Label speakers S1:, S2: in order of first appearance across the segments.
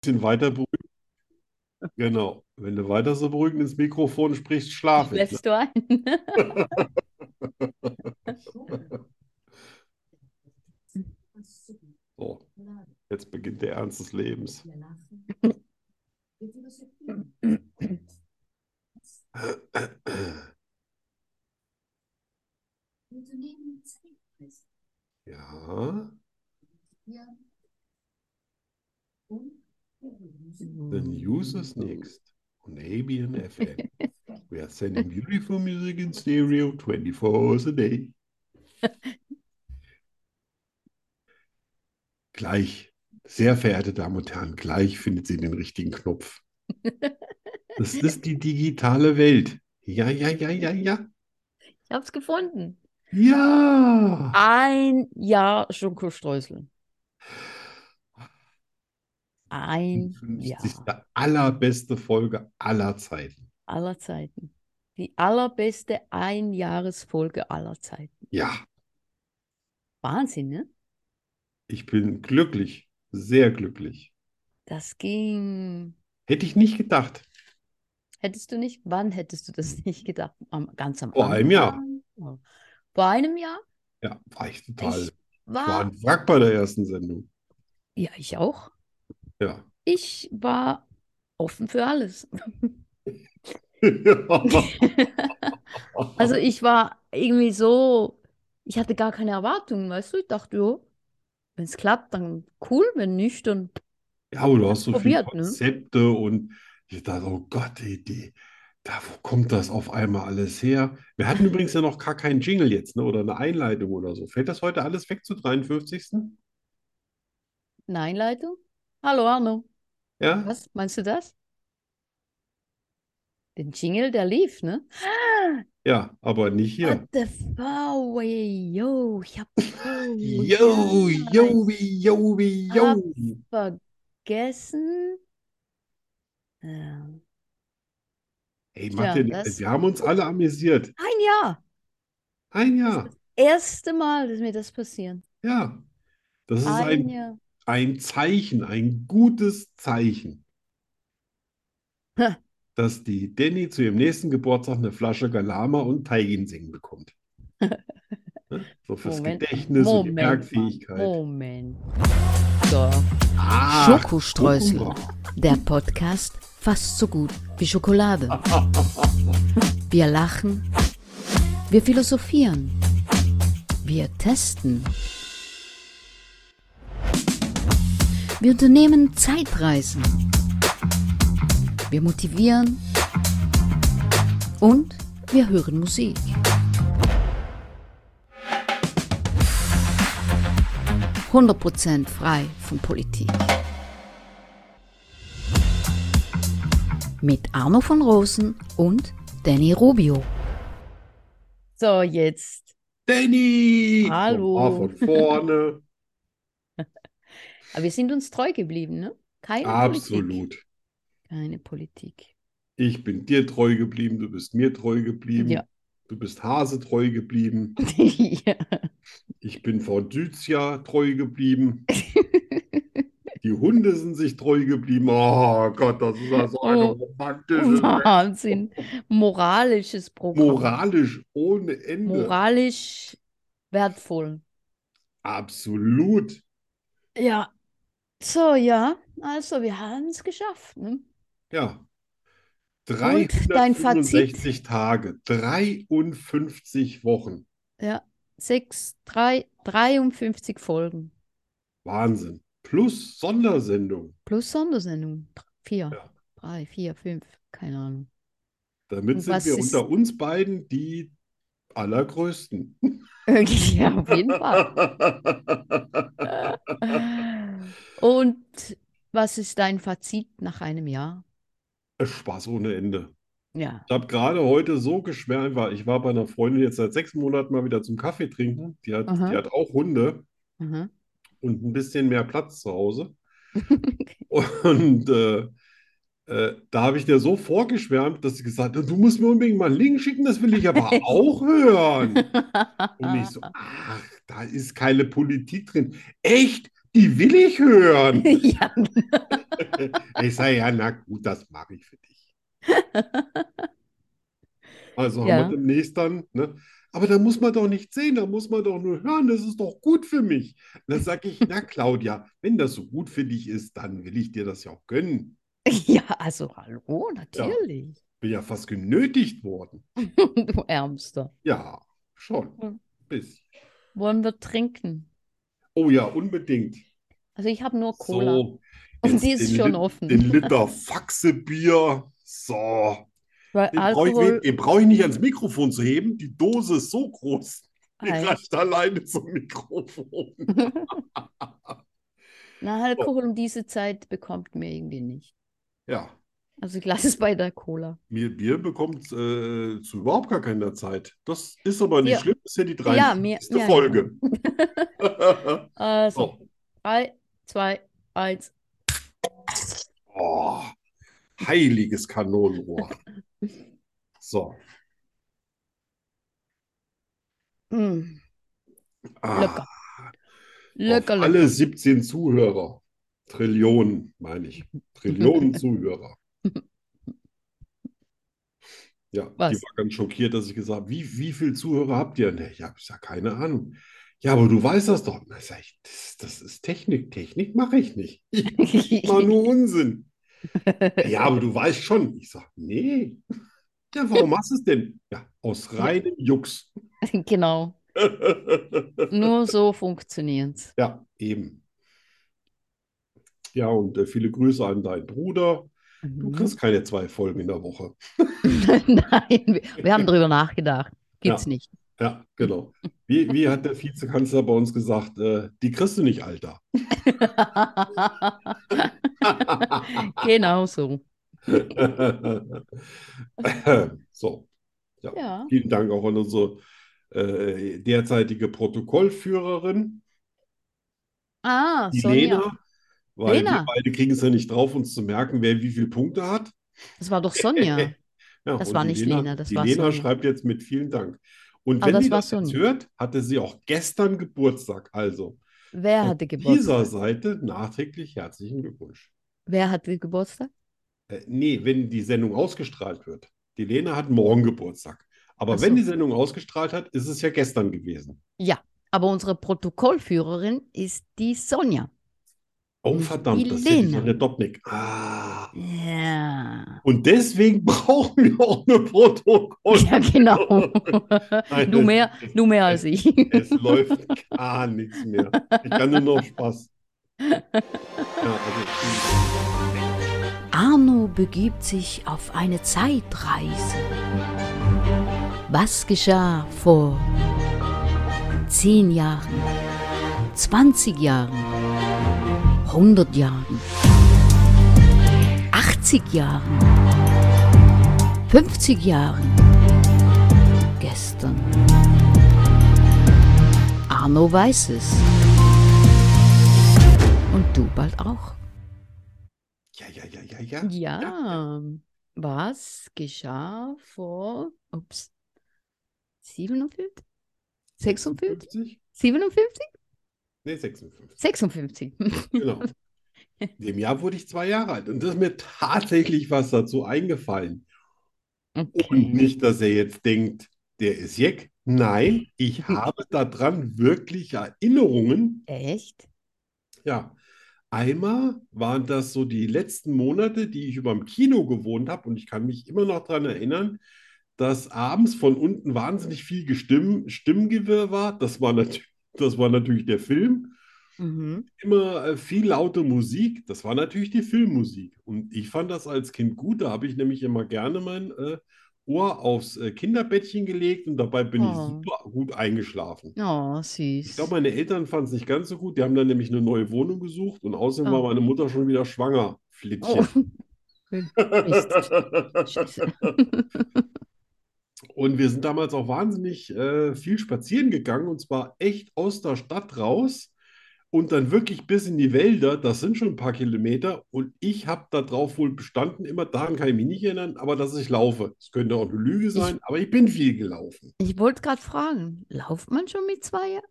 S1: bisschen weiter beruhigen. Genau. Wenn du weiter so beruhigend ins Mikrofon sprichst, schlafe ich.
S2: Schläfst du ein?
S1: So, jetzt beginnt der Ernst des Lebens. Ja, the news is next on ABN FM. We are sending beautiful music in stereo 24 hours a day. Gleich, sehr verehrte Damen und Herren, gleich findet sie den richtigen Knopf. Das ist die digitale Welt. Ja, ja, ja, ja, ja.
S2: Ich hab's gefunden.
S1: Ja.
S2: Ein Jahr Schunkelstreusel. Ein Jahr
S1: 50. allerbeste Folge aller Zeiten.
S2: aller Zeiten. Die allerbeste Einjahresfolge aller Zeiten.
S1: Ja,
S2: Wahnsinn, ne?
S1: ich bin glücklich, sehr glücklich.
S2: Das ging.
S1: Hätte ich nicht gedacht.
S2: Hättest du nicht, wann hättest du das nicht gedacht? Am, ganz am
S1: Vor einem Jahr.
S2: Anfang? Jahr. Vor einem Jahr?
S1: Ja, war ich total.
S2: Ich
S1: war
S2: war.
S1: ein Wrack bei der ersten Sendung.
S2: Ja, ich auch.
S1: Ja.
S2: Ich war offen für alles. Also ich war irgendwie so, ich hatte gar keine Erwartungen, weißt du? Ich dachte, jo, wenn es klappt, dann cool, wenn nicht, dann
S1: Ja, aber du hast so viele
S2: probiert, ne?
S1: Konzepte und ich dachte, oh Gott, die, die, da, wo kommt das auf einmal alles her? Wir hatten übrigens ja noch gar keinen Jingle jetzt, ne? Oder eine Einleitung oder so. Fällt das heute alles weg zu 53.?
S2: eine Einleitung. Hallo Arno,
S1: Ja?
S2: was meinst du das? Den Jingle, der lief, ne?
S1: Ja, aber nicht hier.
S2: What the fuck, yo, ich hab voll
S1: Yo, yo, yo, yo.
S2: vergessen. Ähm,
S1: Ey,
S2: Ja,
S1: Martin,
S2: das-
S1: wir haben uns alle amüsiert.
S2: Ein Jahr,
S1: Ein Jahr.
S2: erste Mal, dass mir das passiert.
S1: Ja. Das ist
S2: Ein
S1: ein,
S2: Jahr.
S1: ein Zeichen, ein gutes Zeichen,
S2: Ha.
S1: dass die Danny zu ihrem nächsten Geburtstag eine Flasche Galama und Taigin singen bekommt. Ne? So fürs
S2: Moment,
S1: Gedächtnis und die
S2: Moment mal,
S1: Merkfähigkeit.
S2: Moment. So.
S1: Ach,
S2: Schokostreusel,
S1: Ah, guck mal.
S2: der Podcast fast so gut wie Schokolade. Wir lachen, wir philosophieren, wir testen. Wir unternehmen Zeitreisen. Wir motivieren und wir hören Musik. Hundert Prozent frei von Politik. mit Arno von Rosen und Danny Rubio. So, jetzt.
S1: Danny!
S2: Hallo.
S1: Nochmal von vorne.
S2: Aber wir sind uns treu geblieben, ne? Keine Politik.
S1: Absolut.
S2: Keine Politik.
S1: Ich bin dir treu geblieben, du bist mir treu geblieben,
S2: Ja.
S1: du bist Hase treu geblieben,
S2: ja.
S1: ich bin von Südsia treu geblieben, die Hunde sind sich treu geblieben. Oh Gott, das ist also eine
S2: Oh.
S1: romantische,
S2: Wahnsinn. Moralisches Programm.
S1: moralisch ohne Ende.
S2: Moralisch wertvoll.
S1: Absolut.
S2: Ja. So, ja. Also, wir haben es geschafft. Ne?
S1: Ja.
S2: dein
S1: 365 Tage, 53 Wochen.
S2: Ja. Sechs, drei, 53 Folgen.
S1: Wahnsinn. Plus Sondersendung,
S2: Plus Sondersendung. Dr- Vier.
S1: Ja.
S2: Drei, vier, fünf. Keine Ahnung.
S1: damit
S2: Und
S1: sind
S2: was
S1: wir
S2: ist-
S1: unter uns beiden die allergrößten.
S2: Ja, auf jeden Fall. Und was ist dein Fazit nach einem Jahr?
S1: Spaß ohne Ende.
S2: Ja.
S1: Ich habe gerade heute so geschwärmt, weil ich war bei einer Freundin jetzt seit sechs Monaten mal wieder zum Kaffee trinken. Die hat,
S2: Aha.
S1: die hat auch Hunde
S2: Mhm.
S1: und ein bisschen mehr Platz zu Hause. Und äh, äh, da habe ich dir so vorgeschwärmt, dass sie gesagt hat, du musst mir unbedingt mal einen Link schicken, das will ich aber auch hören. Und ich so, ach, da ist keine Politik drin. Echt? Die will ich hören.
S2: Ja.
S1: Ich sage, ja, na gut, das mache ich für dich. Also haben wir
S2: Ja.
S1: demnächst dann, ne? Aber da muss man doch nicht sehen, da muss man doch nur hören, das ist doch gut für mich. Dann sage ich, na Claudia, wenn das so gut für dich ist, dann will ich dir das ja auch gönnen.
S2: Ja, also hallo,
S1: Ja,
S2: natürlich.
S1: bin ja fast genötigt worden.
S2: Du Ärmster.
S1: Ja, schon.
S2: Hm.
S1: Bisschen.
S2: Wollen wir trinken?
S1: Oh ja, unbedingt.
S2: Also ich habe nur Cola
S1: So,
S2: und die
S1: jetzt
S2: ist
S1: den,
S2: schon
S1: Lit den
S2: offen.
S1: Liter Faxebier. So,
S2: Weil
S1: den brauche ich, nicht-
S2: Alkohol,
S1: den brauch ich nicht ans Mikrofon zu heben. Die Dose ist so groß. Die
S2: ei.
S1: reicht alleine zum Mikrofon.
S2: Na,
S1: So,
S2: Alkohol um diese Zeit bekommt mir irgendwie nicht.
S1: ja,
S2: Also ich lasse es bei der Cola.
S1: mir Bier bekommt äh, zu überhaupt gar keiner Zeit. Das ist aber nicht
S2: Ja,
S1: schlimm. Das ist ja die
S2: ja, mir,
S1: 53.
S2: ja, ja.
S1: Folge.
S2: Also,
S1: So,
S2: drei, zwei, eins.
S1: oh, heiliges Kanonenrohr. So,
S2: Mm,
S1: ah,
S2: lecker,
S1: auf
S2: lecker,
S1: alle
S2: lecker.
S1: 17 Zuhörer. Trillionen, meine ich. Trillionen Zuhörer. Ja, die
S2: Was?
S1: war ganz schockiert, dass ich gesagt habe, wie, wie viele Zuhörer habt ihr? Und ich habe gesagt, keine Ahnung. Ja, aber du weißt das doch. Und dann sag ich, das, das ist Technik. Technik mache ich nicht. Ich mache nur Unsinn. Ja, aber du weißt schon. Ich sage, nee. Ja, warum machst du es denn? Ja, aus
S2: Ja,
S1: reinem Jux.
S2: genau. Nur so funktioniert's.
S1: Ja, eben. Ja, und äh, viele Grüße an deinen Bruder. Du
S2: Mhm.
S1: kriegst keine zwei Folgen in der Woche.
S2: Nein, wir, wir haben drüber nachgedacht. Gibt's
S1: Ja,
S2: nicht.
S1: ja, genau. Wie, wie hat der Vizekanzler bei uns gesagt, äh, die kriegst du nicht, Alter.
S2: Genau so.
S1: So, ja.
S2: Ja,
S1: Vielen Dank auch an unsere äh, derzeitige Protokollführerin,
S2: ah,
S1: die
S2: Sonja.
S1: Lena, weil wir
S2: Lena,
S1: beide kriegen es ja nicht drauf, uns zu merken, wer wie viele Punkte hat.
S2: das war doch Sonja.
S1: Ja,
S2: Das
S1: und
S2: war
S1: die
S2: nicht
S1: Lena,
S2: Lena, das
S1: die
S2: war
S1: Lena
S2: Sonja.
S1: schreibt jetzt mit vielen Dank. Und
S2: Ah,
S1: wenn die
S2: das war
S1: das jetzt
S2: Sonja.
S1: hört, hatte sie auch gestern Geburtstag. Also
S2: Wer
S1: von
S2: hatte
S1: dieser
S2: Geburtstag?
S1: Seite nachträglich herzlichen Glückwunsch.
S2: Wer hatte Geburtstag?
S1: Äh, nee, wenn die Sendung ausgestrahlt wird. Die Lena hat morgen Geburtstag.
S2: Ach
S1: Aber wenn die
S2: so.
S1: Sendung ausgestrahlt hat, ist es ja gestern gewesen.
S2: Ja, aber unsere Protokollführerin ist die Sonja,
S1: Oh,
S2: nicht die
S1: verdammt, das ist ja die
S2: Lena.
S1: Sonja Dobnik. Ah.
S2: Ja.
S1: Und deswegen brauchen wir auch eine
S2: Ja, genau.
S1: Protokollführerin. Nein,
S2: Du
S1: es,
S2: mehr,
S1: es,
S2: du mehr
S1: es,
S2: als ich.
S1: es läuft gar nichts mehr. Ich kann nur noch Spaß. Ja, also vielen Dank.
S3: Arno begibt sich auf eine Zeitreise. Was geschah vor 10 Jahren, 20 Jahren, 100 Jahren, 80 Jahren, 50 Jahren, gestern? Arno weiß es. Und du bald auch.
S1: Ja, ja, ja, ja, ja, ja, ja.
S2: Ja, was geschah vor, ups, 57? 56?
S1: 56?
S2: 57?
S1: Nee, 56.
S2: 56.
S1: Genau. Dem Jahr wurde ich zwei Jahre alt und das ist mir tatsächlich was dazu eingefallen. Und
S2: Okay.
S1: nicht, dass er jetzt denkt, der ist Jeck. Nein, ich habe daran wirklich Erinnerungen.
S2: Echt?
S1: Ja, einmal waren das so die letzten Monate, die ich überm Kino gewohnt habe und ich kann mich immer noch daran erinnern, dass abends von unten wahnsinnig viel Gestimm Stimmgewirr war. Das war natürlich, das war natürlich der Film.
S2: Mhm.
S1: Immer äh, viel laute Musik, das war natürlich die Filmmusik. Und ich fand das als Kind gut, da habe ich nämlich immer gerne mein äh, Ohr aufs äh, Kinderbettchen gelegt und dabei bin ich
S2: Oh,
S1: super gut eingeschlafen.
S2: oh,
S1: Ich glaube,
S2: süß.
S1: meine Eltern fanden es nicht ganz so gut. Die haben dann nämlich eine neue Wohnung gesucht und außerdem war
S2: Oh,
S1: meine Mutter schon wieder schwanger.
S2: oh,
S1: Flittchen.
S2: Mist. Scheiße.
S1: Und wir sind damals auch wahnsinnig äh, viel spazieren gegangen und zwar echt aus der Stadt raus und dann wirklich bis in die Wälder. Das sind schon ein paar Kilometer und ich habe darauf wohl bestanden, immer daran kann ich mich nicht erinnern, aber dass ich laufe. Es könnte auch eine Lüge
S2: Ich,
S1: sein, aber ich bin viel gelaufen.
S2: ich wollte gerade fragen, lauft man schon mit zwei Jahren?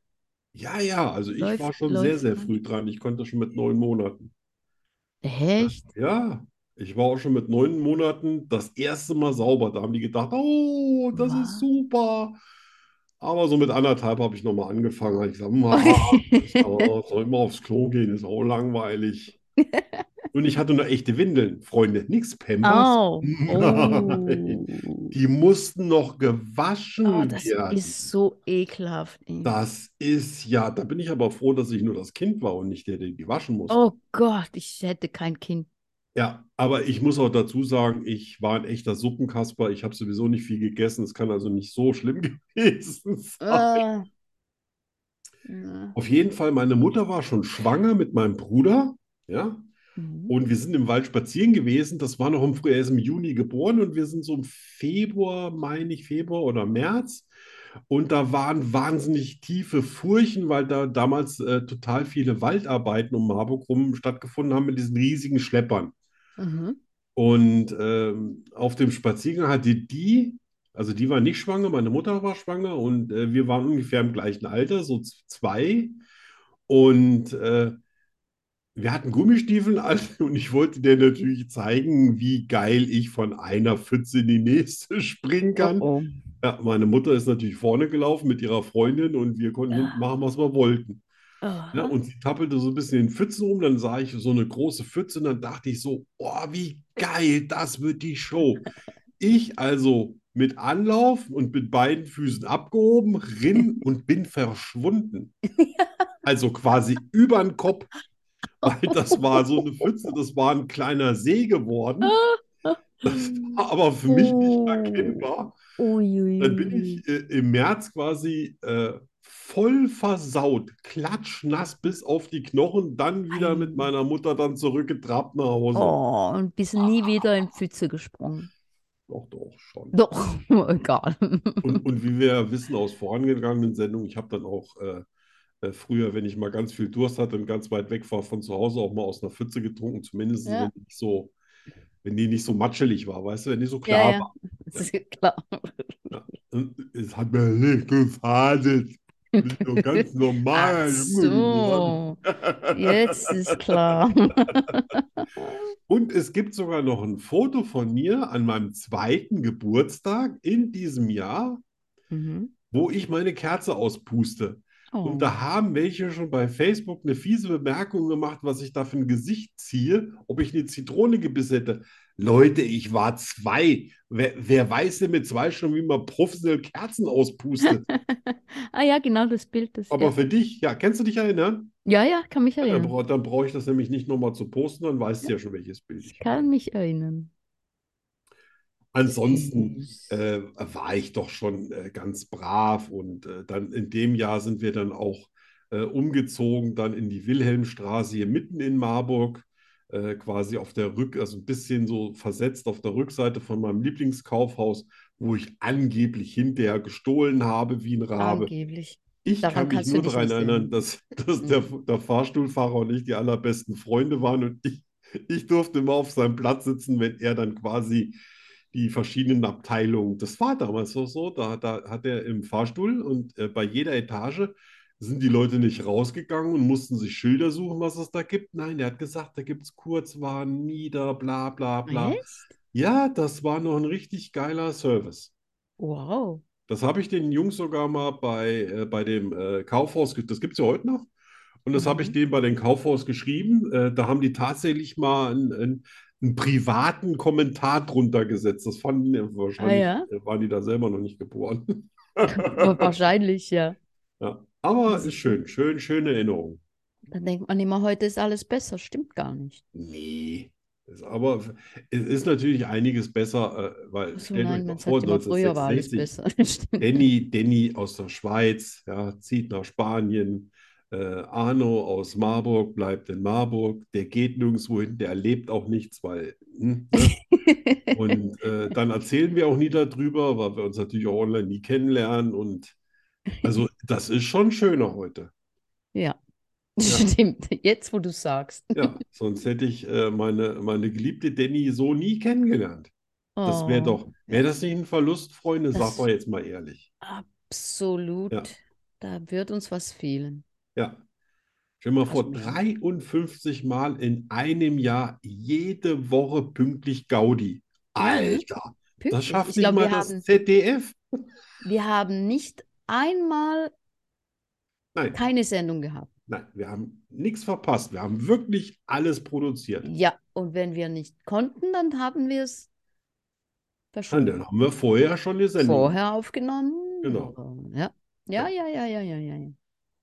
S1: Ja, ja, also ich
S2: Läuft-
S1: war schon
S2: läuft
S1: sehr, sehr
S2: man?
S1: früh dran. Ich konnte schon mit neun Monaten.
S3: Echt?
S1: Ja, ich war auch schon mit neun Monaten das erste Mal sauber. Da haben die gedacht, oh, das ist
S2: Wow.
S1: super. Aber so mit anderthalb habe ich nochmal angefangen. Hab Ich gesagt, "Ma, das kann man auch- soll immer aufs Klo gehen, ist auch langweilig. Und ich hatte nur echte Windeln, Freunde, nichts Pampers.
S2: Au.
S1: Nein.
S2: Oh.
S1: Die mussten noch
S2: Oh,
S1: gewaschen
S2: das
S1: werden.
S2: ist so ekelhaft, ey.
S1: Das ist ja, da bin ich aber froh, dass ich nur das Kind war und nicht der, der die waschen musste.
S2: Oh Gott, ich hätte kein Kind.
S1: Ja, aber ich muss auch dazu sagen, ich war ein echter Suppenkasper. Ich habe sowieso nicht viel gegessen. Es kann also nicht so schlimm gewesen sein.
S2: Ah. Ja.
S1: Auf jeden Fall, meine Mutter war schon schwanger mit meinem Bruder. Ja,
S2: Mhm.
S1: und wir sind im Wald spazieren gewesen. Das war noch im Frühjahr, er ist im Juni geboren und wir sind so im Februar, meine ich, Februar oder März. Und da waren wahnsinnig tiefe Furchen, weil da damals äh, total viele Waldarbeiten um Marburg rum stattgefunden haben mit diesen riesigen Schleppern.
S2: Mhm.
S1: Und ähm, auf dem Spaziergang hatte die, also die war nicht schwanger, meine Mutter war schwanger und äh, wir waren ungefähr im gleichen Alter, so z- zwei. Und äh, wir hatten Gummistiefel an und ich wollte dir natürlich zeigen, wie geil ich von einer Pfütze in die nächste springen kann.
S2: Oh, oh.
S1: Ja, meine Mutter ist natürlich vorne gelaufen mit ihrer Freundin und wir konnten hinten machen, was wir wollten. Ja,
S2: Aha.
S1: Ne? und sie tappelte so ein bisschen in Pfützen rum, dann sah ich so eine große Pfütze und dann dachte ich so, oh, wie geil, das wird die Show. Ich also mit Anlauf und mit beiden Füßen abgehoben, rinn und bin verschwunden. Also quasi über den Kopf, weil das war so eine Pfütze, das war ein kleiner See geworden, das war aber für mich nicht erkennbar.
S2: Uiuiui.
S1: Dann bin
S2: Mm.
S1: ich äh, im März quasi äh, voll versaut, klatschnass bis auf die Knochen, dann wieder
S2: Ei.
S1: mit meiner Mutter dann zurückgetrappt nach Hause.
S2: Oh, und bist nie wieder in Pfütze gesprungen.
S1: Doch, doch, schon.
S2: Doch, oh egal.
S1: Und, und wie wir wissen aus vorangegangenen Sendungen, ich habe dann auch äh, äh, früher, wenn ich mal ganz viel Durst hatte und ganz weit weg war von zu Hause, auch mal aus einer Pfütze getrunken, zumindest
S2: Ja.
S1: wenn die nicht so, wenn die nicht so matschelig war, weißt du, wenn die so klar
S2: Ja,
S1: war.
S2: ja. Das ist klar.
S1: Und Es hat mir nicht geschadet. Ich bin so ein ganz normaler
S2: Ach
S1: Junge geworden.
S2: so, jetzt ist klar.
S1: Und es gibt sogar noch ein Foto von mir an meinem zweiten Geburtstag in diesem Jahr,
S2: Mhm.
S1: wo ich meine Kerze auspuste.
S2: Oh.
S1: Und da haben welche schon bei Facebook eine fiese Bemerkung gemacht, was ich da für ein Gesicht ziehe, ob ich eine Zitrone gebissen hätte. Leute, ich war zwei. Wer, wer weiß denn mit zwei schon, wie man professionell Kerzen auspustet?
S2: Ah ja, genau das Bild. Das,
S1: Aber für dich, ja, kannst du dich erinnern?
S2: ja. ja, ja, kann mich
S1: Dann
S2: erinnern.
S1: brauche dann brauch ich das nämlich nicht nochmal zu posten, dann weißt du ja schon, welches Bild ich
S2: Ich kann mich erinnern.
S1: Ansonsten äh, war ich doch schon äh, ganz brav und äh, dann in dem Jahr sind wir dann auch äh, umgezogen, dann in die Wilhelmstraße hier mitten in Marburg, äh, quasi auf der Rück, also ein bisschen so versetzt auf der Rückseite von meinem Lieblingskaufhaus, wo ich angeblich hinterher gestohlen habe wie ein Rabe.
S2: Angeblich.
S1: Ich
S2: Daran
S1: kann mich
S2: kannst du
S1: nur
S2: dich
S1: daran
S2: nicht Mhm.
S1: erinnern,
S2: erinnern.
S1: dass, dass der, der Fahrstuhlfahrer und ich die allerbesten Freunde waren und ich, ich durfte immer auf seinem Platz sitzen, wenn er dann quasi die verschiedenen Abteilungen, das war damals noch so, da, da hat er im Fahrstuhl und äh, bei jeder Etage sind die Leute nicht rausgegangen und mussten sich Schilder suchen, was es da gibt. Nein, er hat gesagt, da gibt es Kurzwaren, Nieder, bla bla bla.
S2: Echt?
S1: Ja, das war noch ein richtig geiler Service.
S2: Wow.
S1: Das habe ich den Jungs sogar mal bei, äh, bei dem äh, Kaufhaus, ge- das gibt es ja heute noch, und das habe ich
S2: Mhm.
S1: denen bei dem Kaufhaus geschrieben. Äh, da haben die tatsächlich mal einen, einen, einen privaten Kommentar drunter gesetzt. Das fanden die wahrscheinlich,
S2: Ah,
S1: äh, waren die da selber noch nicht geboren.
S2: Aber wahrscheinlich, ja.
S1: Ja, aber
S2: Das
S1: ist
S2: ist
S1: schön, schön, schöne Erinnerung.
S2: Dann denkt man immer, heute ist alles besser. Stimmt gar nicht.
S1: Nee. Ist aber es ist natürlich einiges besser, äh, weil
S2: Ach so,
S1: stellt euch
S2: nein,
S1: mal
S2: man
S1: vor,
S2: sagt immer, früher war alles
S1: 1966.
S2: besser. Stimmt.
S1: Danny, Danny aus der Schweiz, ja, zieht nach Spanien. Äh, Arno aus Marburg bleibt in Marburg. Der geht nirgendwo hin, der erlebt auch nichts, weil. Hm, ne? Und äh, dann erzählen wir auch nie darüber, weil wir uns natürlich auch online nie kennenlernen. Und also, das ist schon schöner heute.
S2: Ja. Stimmt. Jetzt, wo du sagst.
S1: Ja, sonst hätte ich äh, meine, meine geliebte Danny so nie kennengelernt. Das wäre
S2: Oh,
S1: doch, wäre das nicht ein Verlust, Freunde? Sag
S2: Das-
S1: mal jetzt mal ehrlich.
S2: absolut.
S1: Ja.
S2: Da wird uns was fehlen.
S1: Ja. Stell dir mal vor,
S2: Also-
S1: 53 Mal in einem Jahr jede Woche pünktlich Gaudi. Alter, das
S2: Pünktlich.
S1: schafft
S2: Mhm. Ich
S1: nicht
S2: glaube,
S1: mal
S2: wir
S1: das
S2: haben,
S1: ZDF.
S2: wir haben nicht einmal
S1: Nein,
S2: keine Sendung gehabt.
S1: nein, wir haben nichts verpasst. Wir haben wirklich alles produziert.
S2: Ja, und wenn wir nicht konnten, dann haben wir es
S1: Und
S2: verschoben.
S1: dann haben wir vorher schon die Sendung.
S2: Vorher aufgenommen.
S1: Genau.
S2: Ja. Ja, ja, ja, ja, ja, ja, ja.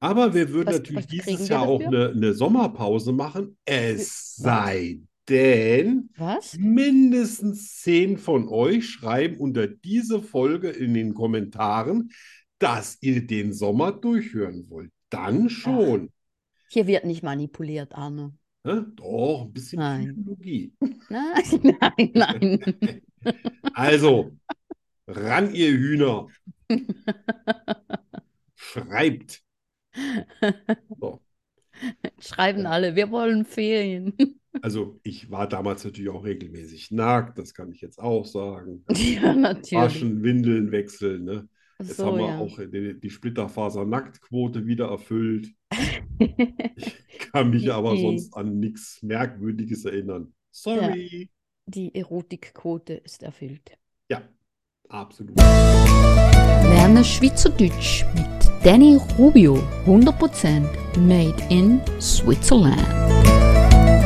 S1: Aber wir würden
S2: Was-
S1: natürlich
S2: was
S1: dieses
S2: kriegen wir
S1: Jahr auch
S2: dafür?
S1: eine, eine Sommerpause machen, es sei denn,
S2: Was?
S1: mindestens zehn von euch schreiben unter diese Folge in den Kommentaren, dass ihr den Sommer durchhören wollt. Dann schon.
S2: Hier wird nicht manipuliert, Arne.
S1: Ne? Doch, ein bisschen
S2: Nein.
S1: Psychologie.
S2: Nein, nein, nein.
S1: Also, ran ihr Hühner. Schreibt. So.
S2: Schreiben alle, wir wollen Ferien.
S1: Also, ich war damals natürlich auch regelmäßig nackt, das kann ich jetzt auch sagen.
S2: Ja, natürlich.
S1: Waschen, Windeln wechseln, ne? Ah, Jetzt
S2: So,
S1: haben wir
S2: ja.
S1: auch die, die Splitterfaser-Nacktquote wieder erfüllt. Kann mich aber
S2: Yippie.
S1: sonst an nichts Merkwürdiges erinnern. Sorry.
S2: Die Erotikquote ist erfüllt.
S1: Ja, absolut.
S3: Lerne Schweizerdeutsch mit Danny Rubio. 100% made in Switzerland.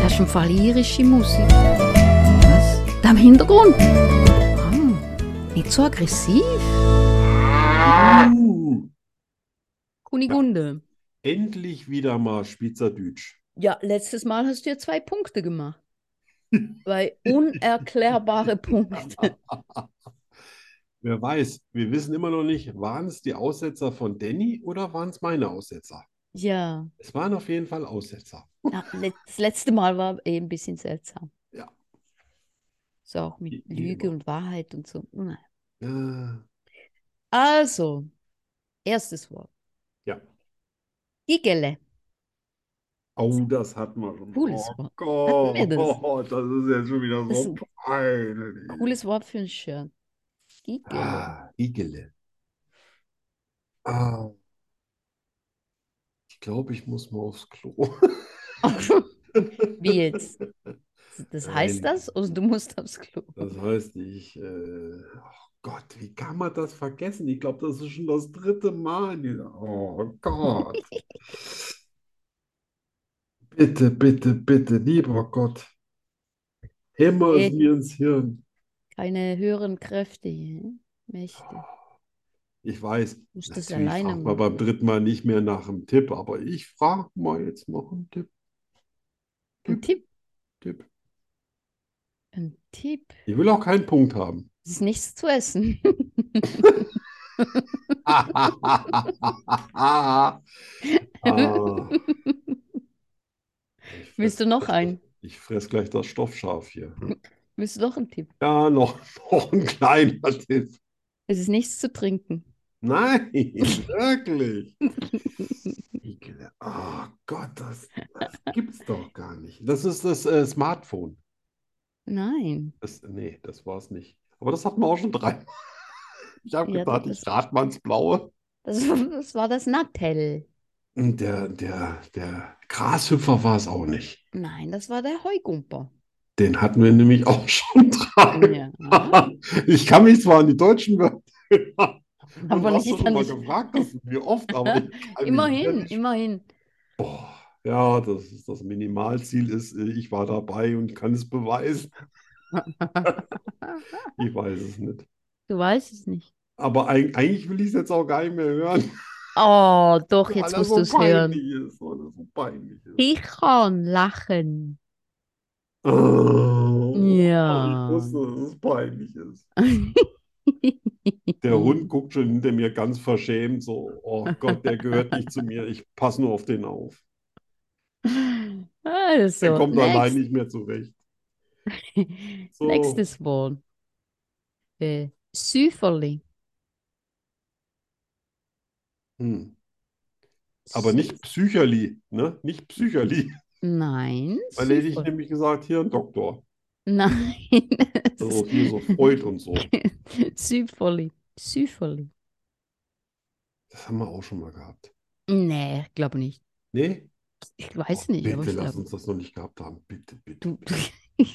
S3: Das ist im Fall irische Musik. Was? Da im Hintergrund? Ah, nicht so aggressiv.
S1: Uh,
S2: Kunigunde.
S1: endlich wieder mal Schweizerdeutsch.
S2: Ja, letztes Mal hast du ja zwei Punkte gemacht. Bei unerklärbare Punkte.
S1: Wer weiß, wir wissen immer noch nicht, waren es die Aussetzer von Danny oder waren es meine Aussetzer?
S2: Ja.
S1: Es waren auf jeden Fall Aussetzer.
S2: Ja, le- das letzte Mal war eh ein bisschen seltsam.
S1: Ja.
S2: So auch mit
S1: Wie- wie
S2: Lüge
S1: immer.
S2: und Wahrheit und so. Nein.
S1: Ah,
S2: Also, erstes Wort.
S1: Ja.
S2: Gigele.
S1: Oh, das hatten wir schon.
S2: Cooles
S1: Oh
S2: Wort.
S1: Gott,
S2: Hatten wir das?
S1: das ist jetzt schon wieder
S2: Das ist
S1: so
S2: ein
S1: peinlich.
S2: Cooles Wort für ein Shirt. Gigele.
S1: Ah, Igele. Ah. Ich glaube, ich muss mal aufs Klo.
S2: Wie jetzt? Das heißt
S1: Nein.
S2: das? Also du musst aufs Klo.
S1: Das heißt, ich, äh, oh Gott, wie kann man das vergessen? Ich glaube, das ist schon das dritte Mal. in dieser- Oh Gott. Bitte, bitte, bitte, lieber Gott. Hämmer es
S2: Nee.
S1: mir ins Hirn.
S2: Keine höheren Kräfte hier. hm? Mächte.
S1: Ich weiß,
S2: Du musst das
S1: natürlich
S2: alleine
S1: fragt man beim
S2: machen.
S1: dritten Mal nicht mehr nach dem Tipp, aber ich frage mal jetzt nach dem Tipp. Hm.
S2: Ein Tipp.
S1: Tipp.
S2: Ein Tipp.
S1: Ich will auch keinen Punkt haben.
S2: Es ist nichts zu essen.
S1: Ah. Ich fress
S2: Willst du noch
S1: gleich
S2: einen?
S1: Das, ich fress gleich das Stoffschaf hier.
S2: Willst du doch einen Tipp?
S1: Ja, noch, noch ein kleiner Tipp.
S2: Es ist nichts zu trinken.
S1: Nein, wirklich. Ekel. Oh Gott, das, das gibt's doch gar nicht. Das ist das äh, Smartphone.
S2: Nein.
S1: Das, nee, das war's nicht. Aber das hatten wir auch schon dreimal. Ich habe
S2: Ja,
S1: gedacht,
S2: das-
S1: ich rate mal ins Blaue.
S2: Das, das war das Nattel.
S1: Und Der, der, der Grashüpfer war es auch nicht.
S2: Nein, das war der Heugumper.
S1: Den hatten wir nämlich auch schon dran.
S2: Ja.
S1: Ich kann mich zwar an die deutschen Wörter erinnern. Du
S2: Aber
S1: hast
S2: nicht
S1: doch schon
S2: an
S1: mal
S2: die-
S1: gefragt, das wie oft, aber ich kann mich
S2: Immerhin,
S1: nicht-
S2: immerhin.
S1: Ja, das ist das Minimalziel ist, äh, ich war dabei und kann es beweisen. Ich weiß es nicht.
S2: Du weißt es nicht.
S1: Aber eig- eigentlich will ich es jetzt auch gar nicht mehr hören,
S2: Oh, doch,
S1: weil
S2: jetzt
S1: er
S2: musst
S1: so
S2: du es hören.
S1: peinlich ist, weil er so peinlich ist.
S2: Ich kann lachen.
S1: Oh, ich
S2: Ja.
S1: wusste, dass es peinlich ist.
S2: Mhm.
S1: Der Hund guckt schon hinter mir ganz verschämt, so, oh Gott, der gehört nicht zu mir, ich passe nur auf den auf.
S2: Also,
S1: Der kommt
S2: next,
S1: allein nicht mehr zurecht. So,
S2: nächstes Wort. Äh, Süferli.
S1: hm. Aber nicht Psycherli, ne? Nicht Psycherli,
S2: Nein,
S1: weil hätte ich
S2: Süferli.
S1: nämlich gesagt, hier ein Doktor.
S2: Nein. es
S1: Also hier so Freud und so.
S2: ist Süferli. Süferli.
S1: Das haben wir auch schon mal gehabt.
S2: Nee, glaube nicht.
S1: Nee?
S2: Ich weiß nicht, aber
S1: Bitte
S2: ich
S1: lass
S2: glaube,
S1: uns das noch nicht gehabt haben. Bitte, bitte.
S2: du.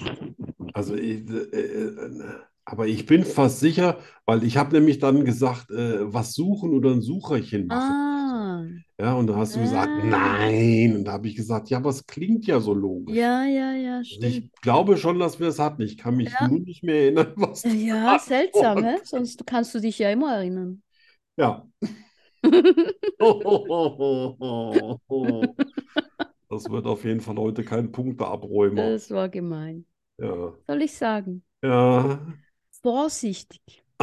S1: Also, ich, äh, äh, aber ich bin fast sicher, weil ich habe nämlich dann gesagt, äh, was suchen oder ein Sucherchen machen.
S2: Ah,
S1: Ja, und da hast du gesagt,
S2: Ah.
S1: nein. Und da habe ich gesagt, ja, aber es klingt ja so logisch.
S2: ja, ja, ja,
S1: Also ich
S2: stimmt.
S1: glaube schon, dass wir es hatten. Ich kann mich
S2: Ja.
S1: nur nicht mehr erinnern, was du
S2: Ja, seltsam,
S1: Oh Gott.
S2: hä? Sonst du- kannst du dich ja immer erinnern.
S1: Ja. Das wird auf jeden Fall heute kein Punkteabräumer.
S2: Das war gemein.
S1: Ja.
S2: Soll ich sagen?
S1: Ja.
S2: Vorsichtig.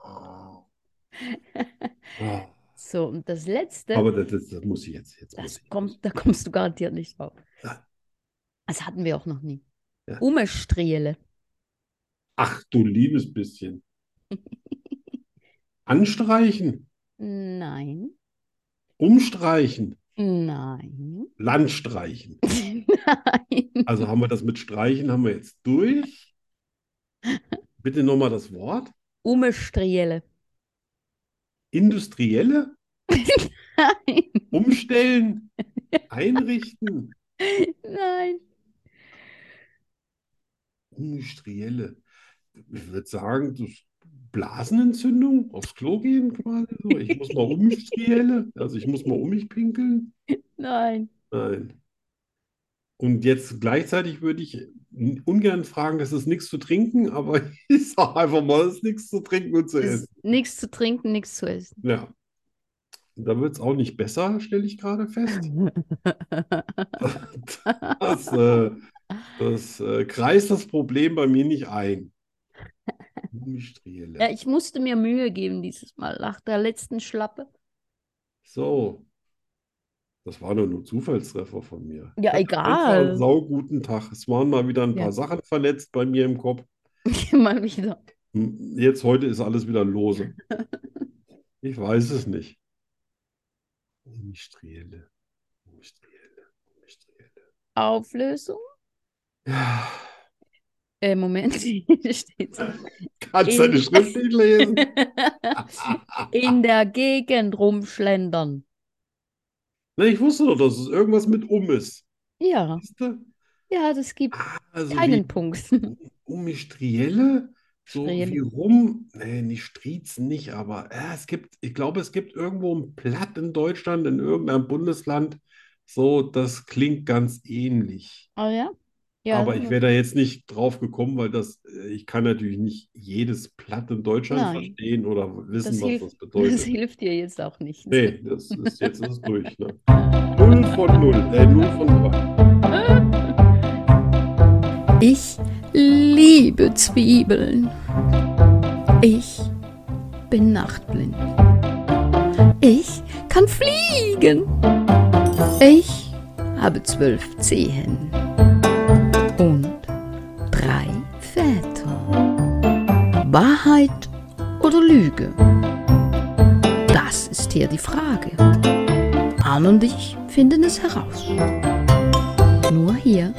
S1: Ah.
S2: So, und das Letzte,
S1: Aber das, das, das muss ich jetzt. Jetzt muss
S2: das
S1: ich.
S2: kommt, da kommst du garantiert nicht drauf.
S1: Nein.
S2: Das hatten wir auch noch nie.
S1: Ja.
S2: Umestriele.
S1: Ach du liebes bisschen. Anstreichen,
S2: Nein,
S1: umstreichen,
S2: nein,
S1: Landstreichen.
S2: nein.
S1: Also haben wir das mit Streichen, haben wir jetzt durch. Bitte nochmal das Wort.
S2: Umestriele.
S1: Industrielle,
S2: Nein,
S1: umstellen, einrichten.
S2: nein.
S1: Industrielle. Ich würde sagen, das Blasenentzündung, aufs Klo gehen quasi so. Ich muss mal umstrielle, also ich muss mal um mich pinkeln.
S2: Nein.
S1: Nein. Und jetzt gleichzeitig würde ich n- ungern fragen, es ist nichts zu trinken, aber ich sage einfach mal, es ist nichts zu trinken und zu
S2: Es
S1: essen.
S2: ist Nichts zu trinken, nichts zu essen.
S1: Ja. Da wird es auch nicht besser, stelle ich gerade fest. Das, äh, das äh, kreist das Problem bei mir nicht ein. Gummistriele.
S2: Ja, ich musste mir Mühe geben dieses Mal nach der letzten Schlappe.
S1: So. Das war nur ein Zufallstreffer von mir.
S2: Ja,
S1: Ich hatte einfach einen
S2: egal.
S1: sauguten Tag. Es waren mal wieder ein
S2: Ah. Ja.
S1: paar Sachen verletzt bei mir im Kopf.
S2: Mal wieder.
S1: Hm, Jetzt heute ist alles wieder lose. Ich weiß es nicht. Gummistriele. Gummistriele. Gummistriele.
S2: Auflösung?
S1: Ja.
S2: Äh, Moment, hier steht's.
S1: Kannst deine
S2: In-
S1: Schrift nicht lesen?
S2: In der Gegend rumschlendern.
S1: Na, ich wusste doch, dass es irgendwas mit um ist.
S2: Ja,
S1: Siehst du?
S2: ja, das gibt
S1: Also
S2: keinen Punkt.
S1: wie Umistrielle, so
S2: Striele.
S1: wie rum, nee, nicht Striezen nicht, aber äh, es gibt, ich glaube, es gibt irgendwo ein Platt in Deutschland, in irgendeinem Bundesland, so, das klingt ganz ähnlich.
S2: Ah ja? Ja,
S1: Aber ich wäre da jetzt nicht drauf gekommen, weil das, äh, ich kann natürlich nicht jedes Platt in Deutschland
S2: Nein.
S1: verstehen oder wissen,
S2: das
S1: was
S2: hilft,
S1: das bedeutet.
S2: das hilft dir jetzt auch nicht.
S1: Nee, das ist, jetzt ist es durch, ne? 0 von 0, äh, 0 von 3.
S3: Ich liebe Zwiebeln. Ich bin nachtblind. Ich kann fliegen. Ich habe zwölf Zehen und drei Väter. Wahrheit oder Lüge? Das ist hier die Frage. Arne und ich finden es heraus. Nur hier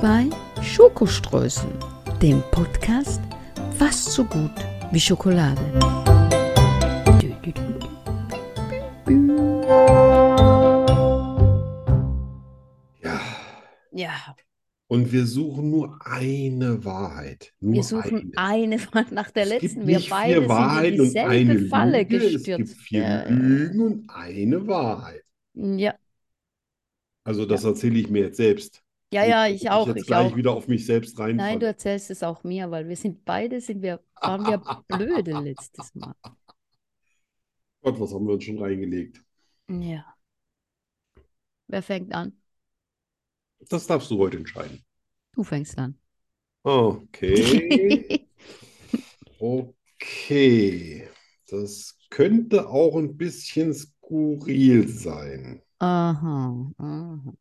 S3: bei Schokoströßen, dem Podcast fast so gut wie Schokolade. Dü, dü, dü.
S1: Ja.
S2: Ja,
S1: Und wir suchen nur eine Wahrheit. Nur
S2: wir suchen
S1: eine.
S2: eine Frage nach der
S1: Es gibt
S2: letzten. Wir
S1: nicht vier
S2: beide sind in
S1: Wahrheiten und
S2: dieselbe
S1: eine
S2: Falle
S1: Lüge. Es
S2: gestürzt.
S1: gibt vier
S2: Ja, ja.
S1: Lügen und eine Wahrheit.
S2: Ja,
S1: Also das erzähle ich mir jetzt selbst.
S2: ja, ja,
S1: Nicht,
S2: ich
S1: dass
S2: auch,
S1: jetzt
S2: ich
S1: gleich
S2: auch.
S1: wieder auf mich selbst
S2: Nein, du
S1: reinfalle.
S2: erzählst es auch mir, weil wir sind beide, sind wir, waren wir blöde letztes Mal.
S1: Gott, was haben wir uns schon reingelegt?
S2: Ja. Wer fängt an?
S1: Das darfst du heute entscheiden.
S2: Du fängst an.
S1: Okay. Okay. Das könnte auch ein bisschen skurril sein.
S2: Aha, aha.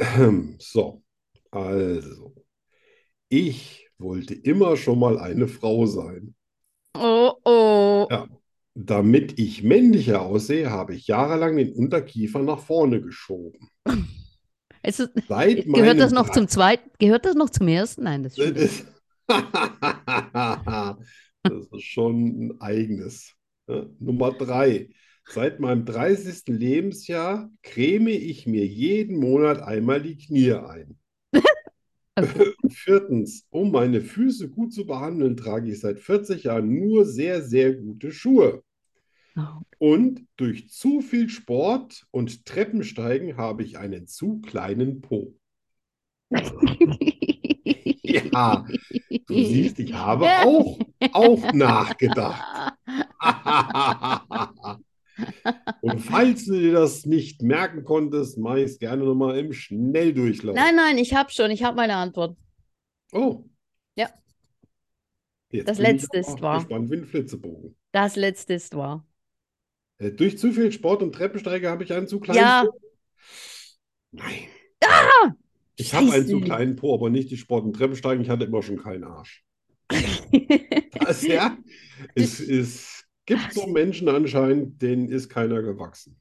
S1: Hm, So, also, ich wollte immer schon mal eine Frau sein.
S2: Oh, oh.
S1: Ja. Damit ich männlicher aussehe, habe ich jahrelang den Unterkiefer nach vorne geschoben.
S2: Es ist,
S1: Seit
S2: gehört das
S1: meinem
S2: noch zum zweiten? Gehört das noch zum ersten? Nein, das ist schon
S1: Das ist schon ein eigenes. Ja, Nummer drei. Seit meinem 30. Lebensjahr creme ich mir jeden Monat einmal die Knie ein.
S2: Okay.
S1: Viertens, um meine Füße gut zu behandeln, trage ich seit 40 Jahren nur sehr, sehr gute Schuhe.
S2: Oh.
S1: Und durch zu viel Sport und Treppensteigen habe ich einen zu kleinen Po. Ja, du siehst, ich habe auch, auch nachgedacht. Und falls du dir das nicht merken konntest, mache ich es gerne nochmal im Schnelldurchlauf.
S2: Nein, nein, ich habe schon, ich habe meine Antwort.
S1: Oh.
S2: Ja.
S1: Jetzt
S2: Das
S1: bin ich
S2: Letzte ist
S1: aber auch
S2: wahr.
S1: gespannt wie ein Flitzebogen.
S2: Das letzte ist wahr.
S1: Äh, durch zu viel Sport und Treppensteiger habe ich einen zu kleinen
S2: Ja.
S1: Po. Nein. Ich habe einen zu
S2: Scheiße.
S1: kleinen Po, aber nicht die Sport- und Treppensteigen. Ich hatte immer schon keinen Arsch. Das, ja, es, es gibt so Menschen anscheinend, denen ist keiner gewachsen.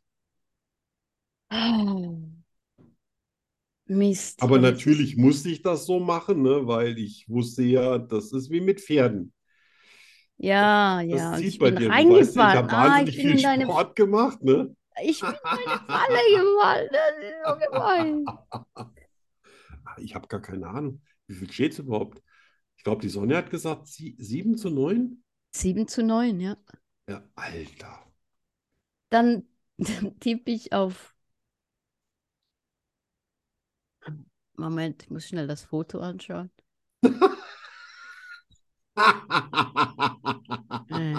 S2: Ah. Mist.
S1: Aber
S2: Mist.
S1: natürlich musste ich das so machen, ne, weil ich wusste ja, das ist wie mit Pferden.
S2: Ja,
S1: Das
S2: ja. und
S1: zieht
S2: ich
S1: bei
S2: bin
S1: dir. Du weißt, ich
S2: reingefallen.
S1: habe
S2: Ah, ich
S1: wahnsinnig
S2: bin
S1: viel
S2: in deine
S1: Sport gemacht, ne?
S2: Ich bin in deine Falle gefallen. Das ist so gemein.
S1: Ah, Ich habe gar keine Ahnung. Wie viel steht es überhaupt? Ich glaube, die Sonja hat gesagt, sie, 7 zu 9?
S2: 7 zu 9, ja.
S1: Ja, Alter.
S2: Dann, dann tippe ich auf. Moment, ich muss schnell das Foto anschauen. Äh.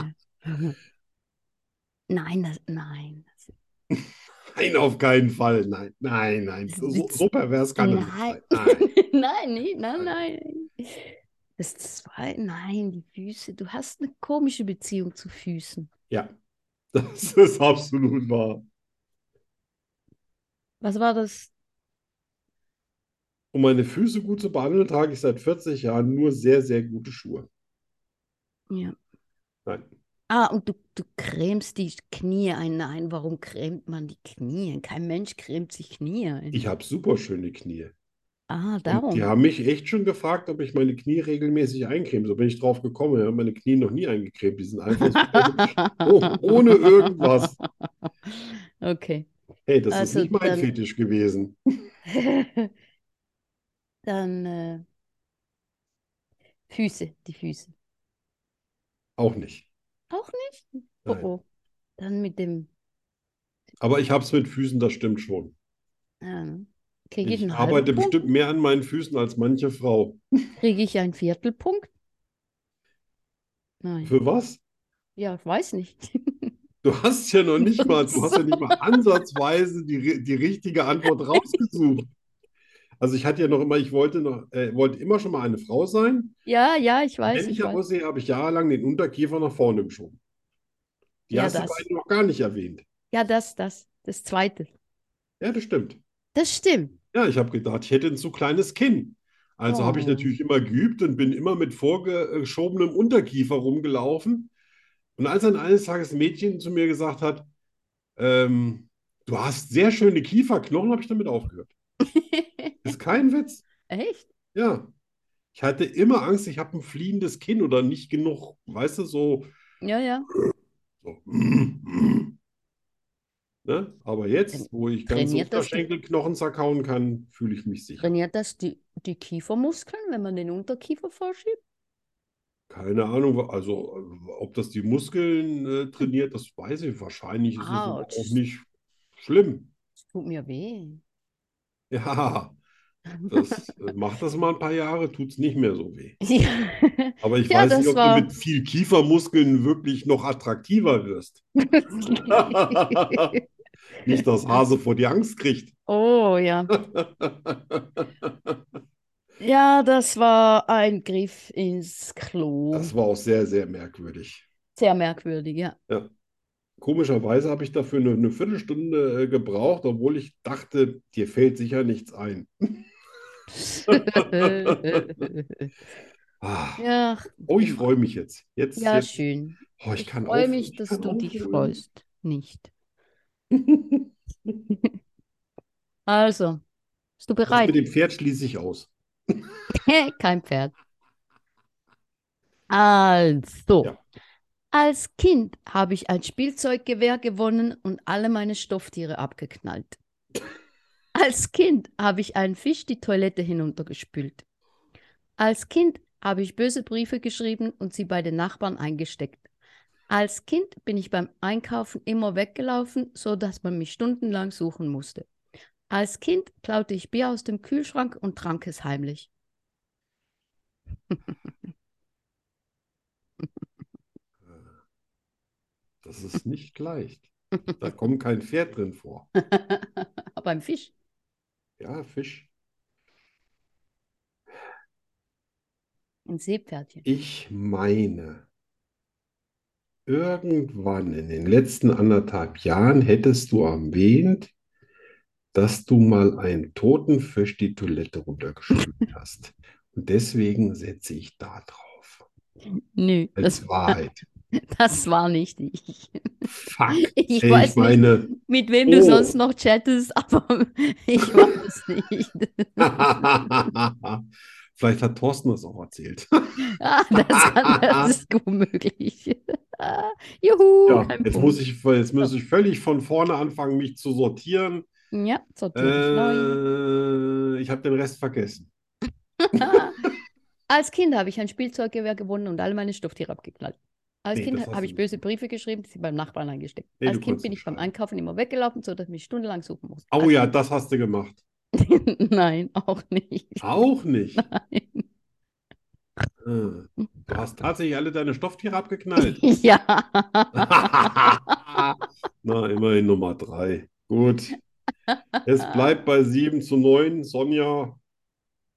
S2: Nein, das, nein. Das,
S1: Nein, auf keinen Fall. Nein, nein, nein.
S2: Das
S1: So,
S2: ist
S1: so pervers kann das nicht
S2: Nein.
S1: sein. Nein.
S2: nein, nicht, nein, nein. Das zwei, nein, die Füße. Du hast eine komische Beziehung zu Füßen.
S1: Ja, das ist absolut wahr.
S2: Was war das?
S1: Um meine Füße gut zu behandeln, trage ich seit 40 Jahren nur sehr, sehr gute Schuhe.
S2: Ja.
S1: Nein.
S2: Ah, und du, du cremst die Knie ein. Nein, warum cremt man die Knie? ein? Kein Mensch cremt sich Knie ein.
S1: Ich habe super schöne Knie.
S2: Ah,
S1: Und die
S2: darum.
S1: haben mich echt schon gefragt, ob ich meine Knie regelmäßig eincreme. So bin ich drauf gekommen. Ich habe meine Knie noch nie eingecremt. Die sind einfach super. Oh, ohne irgendwas.
S2: Okay.
S1: Hey, das ist
S2: Also
S1: nicht mein
S2: dann-
S1: Fetisch gewesen.
S2: Dann äh, Füße, die Füße.
S1: Auch nicht.
S2: Auch nicht?
S1: Nein.
S2: Oh, oh. Dann mit dem.
S1: Aber ich habe es mit Füßen, das stimmt schon.
S2: Äh,
S1: Ähm,
S2: kriege ich
S1: Ich
S2: einen
S1: arbeite
S2: halben Punkt?
S1: bestimmt mehr an meinen Füßen als manche Frau.
S2: Kriege ich einen Viertelpunkt? Nein.
S1: Für was?
S2: Ja, ich weiß nicht.
S1: Du hast ja noch nicht mal, du hast ja nicht mal ansatzweise die, ri- die richtige Antwort rausgesucht. Also ich hatte ja noch immer, ich wollte noch, äh, wollte immer schon mal eine Frau sein.
S2: Ja, ja, ich weiß,
S1: Wenn
S2: ich
S1: ich
S2: weiß.
S1: aussehe, habe ich jahrelang den Unterkiefer nach vorne geschoben. Die
S2: Ja,
S1: hast du
S2: das.
S1: beide noch gar nicht erwähnt.
S2: Ja, das, das, das zweite.
S1: Ja, das stimmt.
S2: Das stimmt.
S1: Ja, ich habe gedacht, ich hätte ein zu kleines Kinn. Also habe ich
S2: Oh.
S1: natürlich immer geübt und bin immer mit vorgeschobenem Unterkiefer rumgelaufen. Und als dann eines Tages ein Mädchen zu mir gesagt hat, ähm, du hast sehr schöne Kieferknochen, habe ich damit aufgehört. Ist kein Witz.
S2: Echt?
S1: Ja. Ich hatte immer Angst, ich habe ein fliehendes Kinn oder nicht genug, weißt du, so.
S2: Ja, ja.
S1: So. Ne? Aber jetzt, wo ich ganze
S2: Trainiert das die-
S1: Unterschenkelknochen zerkauen kann, fühle ich mich sicher.
S2: Trainiert das die, die Kiefermuskeln, wenn man den Unterkiefer vorschiebt?
S1: Keine Ahnung, wa- also äh, ob das die Muskeln äh, trainiert, das weiß ich. Wahrscheinlich ist es aber
S2: Autsch.
S1: auch nicht schlimm.
S2: Das tut mir weh.
S1: Ja, das äh, macht das mal ein paar Jahre, tut es nicht mehr so weh.
S2: Ja.
S1: Aber ich
S2: Ja,
S1: weiß nicht,
S2: das
S1: ob
S2: war-
S1: du mit viel Kiefermuskeln wirklich noch attraktiver wirst. Nicht, dass Hase vor die Angst kriegt.
S2: Oh ja. Ja, das war ein Griff ins Klo.
S1: Das war auch sehr, sehr merkwürdig.
S2: Sehr merkwürdig, ja.
S1: Komischerweise habe ich dafür eine, eine Viertelstunde äh, gebraucht, obwohl ich dachte, dir fällt sicher nichts ein. Ah.
S2: Ja,
S1: Oh, ich freue mich jetzt. Jetzt,
S2: ja,
S1: jetzt.
S2: schön.
S1: Oh, ich
S2: Ich
S1: kann
S2: freue
S1: auf-
S2: mich,
S1: ich
S2: dass
S1: kann
S2: du dich
S1: aufholen.
S2: freust. Nicht. Also, bist du
S1: Das
S2: bereit?
S1: mit dem Pferd schließe ich aus.
S2: Kein Pferd. Also,
S1: Ja.
S2: Als Kind habe ich ein Spielzeuggewehr gewonnen und alle meine Stofftiere abgeknallt. Als Kind habe ich einen Fisch die Toilette hinuntergespült. Als Kind habe ich böse Briefe geschrieben und sie bei den Nachbarn eingesteckt. Als Kind bin ich beim Einkaufen immer weggelaufen, so dass man mich stundenlang suchen musste. Als Kind klaute ich Bier aus dem Kühlschrank und trank es heimlich.
S1: Äh, Das ist nicht leicht. Da kommt kein Pferd drin vor.
S2: Aber ein Fisch.
S1: Ja, Fisch.
S2: Ein Seepferdchen.
S1: Ich meine, irgendwann in den letzten anderthalb Jahren hättest du erwähnt, dass du mal einen toten Fisch die Toilette runtergespült hast. Und deswegen setze ich da drauf.
S2: Nö,
S1: Als
S2: das,
S1: Wahrheit.
S2: das war nicht ich.
S1: Fuck.
S2: Ich
S1: Ey,
S2: weiß
S1: ich meine,
S2: nicht, mit wem du
S1: Oh.
S2: sonst noch chattest, aber ich weiß es nicht.
S1: vielleicht hat Thorsten das auch erzählt.
S2: Ah, das, kann, das ist gut möglich. Juhu,
S1: Ja,
S2: kein
S1: jetzt
S2: Punkt.
S1: muss ich, jetzt muss ich völlig von vorne anfangen, mich zu sortieren.
S2: Ja, sortiere
S1: Äh,
S2: ich
S1: ich habe den Rest vergessen. Äh.
S2: neu. Als Kind habe ich ein Spielzeuggewehr gewonnen und alle meine Stofftiere abgeknallt. Als
S1: Nee,
S2: Kind
S1: das
S2: ha-
S1: hast
S2: habe
S1: du
S2: ich
S1: nicht.
S2: böse Briefe geschrieben, die sie beim Nachbarn eingesteckt.
S1: Nee,
S2: Als
S1: du
S2: Kind
S1: konntest
S2: bin
S1: nicht
S2: ich beim
S1: schreiben.
S2: Einkaufen immer weggelaufen, sodass ich mich stundenlang suchen musste.
S1: Oh
S2: Als
S1: ja, das hast du gemacht.
S2: Kind- Nein, auch nicht.
S1: Auch nicht.
S2: Nein.
S1: Äh, Du hast tatsächlich alle deine Stofftiere abgeknallt.
S2: Ja.
S1: Na, immerhin Nummer drei. Gut. Es bleibt bei 7 zu 9. Sonja,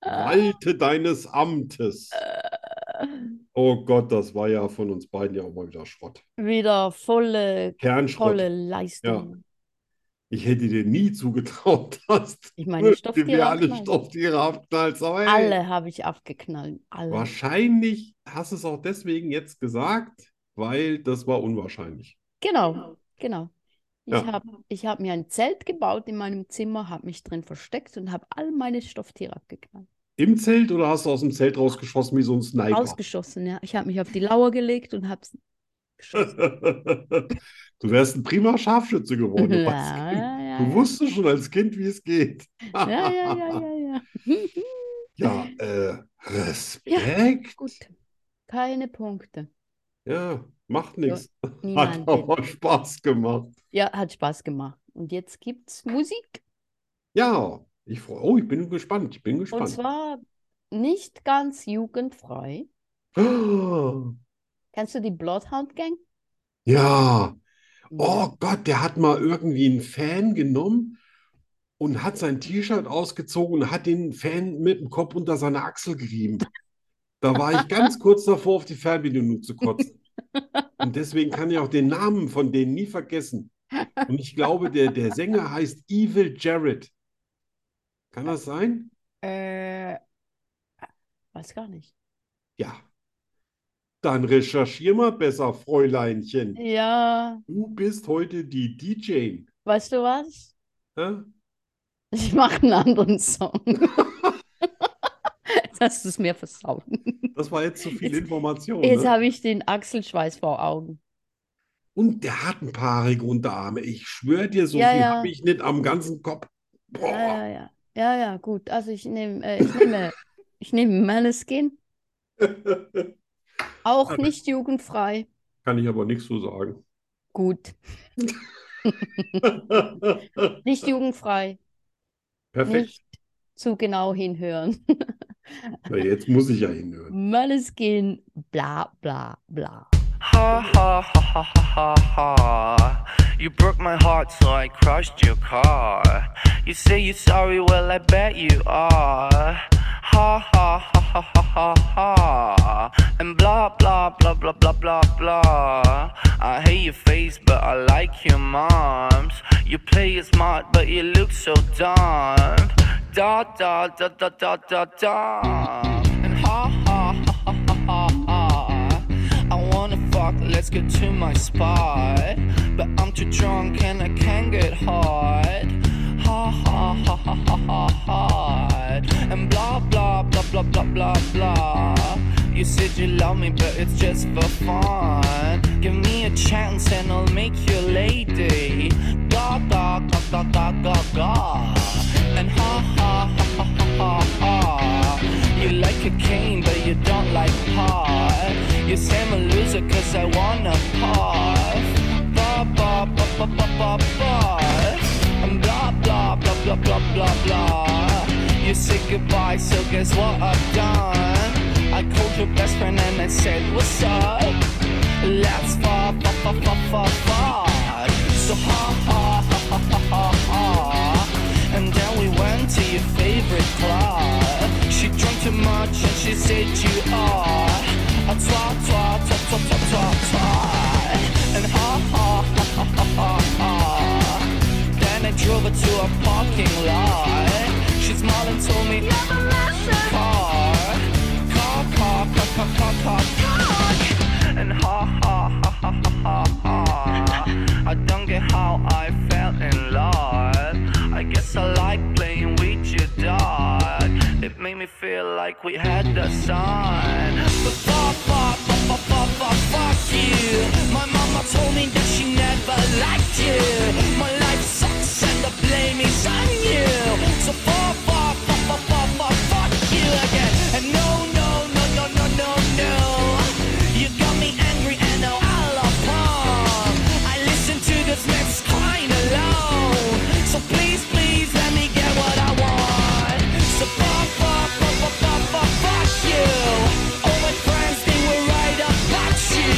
S1: walte deines Amtes.
S2: Äh.
S1: Oh Gott, das war ja von uns beiden ja auch mal wieder Schrott.
S2: Wieder volle,
S1: Kernschrott.
S2: tolle Leistung.
S1: Ich hätte dir nie zugetraut, dass
S2: Ich
S1: du
S2: meine,
S1: wir
S2: Stofftiere
S1: alle
S2: abknallen.
S1: Stofftiere abknallst. Aber hey,
S2: Alle habe ich abgeknallt. Alle.
S1: wahrscheinlich hast du es auch deswegen jetzt gesagt, weil das war unwahrscheinlich.
S2: Genau, genau. Ich
S1: Ja.
S2: habe ich hab mir ein Zelt gebaut in meinem Zimmer, habe mich drin versteckt und habe all meine Stofftiere abgeknallt.
S1: Im Zelt oder hast du aus dem Zelt rausgeschossen wie so ein Sniper?
S2: Ausgeschossen, ja. Ich habe mich auf die Lauer gelegt und habe geschossen.
S1: Du wärst ein prima Scharfschütze geworden. Oh, Du, warst
S2: Ja,
S1: Kind.
S2: ja,
S1: du
S2: ja.
S1: wusstest schon als Kind, wie es geht.
S2: Ja, ja, ja, ja, ja.
S1: Ja, äh, Respekt.
S2: Gut. Keine Punkte.
S1: Ja, macht nichts. Hat
S2: Niemand.
S1: aber Spaß gemacht.
S2: Ja, hat Spaß gemacht. Und jetzt gibt's Musik.
S1: Ja, ich freue. Oh, ich bin gespannt. Ich bin
S2: Und
S1: gespannt.
S2: zwar nicht ganz jugendfrei. Kennst du die Bloodhound Gang?
S1: Ja. Oh Gott, der hat mal irgendwie einen Fan genommen und hat sein T-Shirt ausgezogen und hat den Fan mit dem Kopf unter seine Achsel gerieben. Da war ich ganz kurz davor, auf die Fernbedienung zu kotzen. Und deswegen kann ich auch den Namen von denen nie vergessen. Und ich glaube, der, der Sänger heißt Evil Jared. Kann das sein?
S2: Äh, weiß gar nicht.
S1: Ja. Dann recherchier mal besser,
S2: Äh.
S1: Fräuleinchen.
S2: Ja,
S1: Du bist heute die ne? DJ.
S2: weißt du was?
S1: Hä?
S2: Ich mache einen anderen Song. Jetzt hast du es mir versaut.
S1: Das war jetzt zu viel
S2: Jetzt-
S1: Information,
S2: Jetzt
S1: ne?
S2: habe ich den Achselschweiß vor Augen.
S1: Und der hat ein paar haarige Unterarme. Ich schwöre dir, so
S2: Ja,
S1: viel
S2: ja.
S1: habe ich nicht am ganzen Kopf.
S2: Ja,
S1: Boah.
S2: ja, ja. Ja, ja, gut. Also ich nehme, äh, ich nehme, ich nehme Maneskin. Auch nicht jugendfrei.
S1: Kann ich aber nichts zu sagen.
S2: Gut. Nicht jugendfrei.
S1: Perfekt.
S2: Nicht zu genau hinhören.
S1: Na, jetzt muss ich ja hinhören.
S2: Maneskin, bla, bla, bla.
S4: Ha ha ha ha ha ha ha. You broke my heart, so I crushed your car. You say you're sorry, well, I bet you are. Ha ha ha ha ha ha ha. And blah blah blah blah blah blah blah. I hate your face, but I like your moms. You play it smart, but you look so dumb. Da da da da da da da. And ha ha ha ha ha ha. I wanna fuck, let's get to my spot. But I'm too drunk and I can't get hard. Ha ha ha ha ha ha hard. And blah blah blah blah blah blah blah. You You said you love me, but it's just for fun. Give me a chance and I'll make you a lady. Ga ga ga ga ga ga ga. And ha ha ha ha ha ha ha. You like a cane, but you don't like pot. You say I'm a loser 'cause I wanna puff. Ba ba ba ba ba ba ba and blah blah blah blah blah blah blah. You said goodbye, so guess what I've done? I called your best friend and I said, What's up? Let's fuck, fuck, fuck, fuck, fuck, fuck. So ha ha ha ha ha ha ha. And then we went to your favorite club. She drank too much and she said you are a twat, twat, twat, twat, twat, twat, twat. And ha ha ha ha ha ha ha. Then I drove her to a parking lot. She smiled and told me, Never mess a car. Car, car, car, car, car, car, car. And ha ha ha ha ha ha ha. I don't get how I fell in love. I guess I like playing with your dog. It made me feel like we had the sun. But fuck, fuck, fuck, fuck, fuck, fuck, fuck you. My mama told me that she never liked you. My life sucks and the blame is on you. So fuck, fuck, fuck, fuck, fuck, fuck, fuck you again. And no, no, no, no, no, no, no. You got me angry and now I love punk. I listen to this mess crying alone. So please, please let me get what I want. So fuck, fuck, fuck, fuck, fuck, fuck, fuck you. All my friends, they were right about you.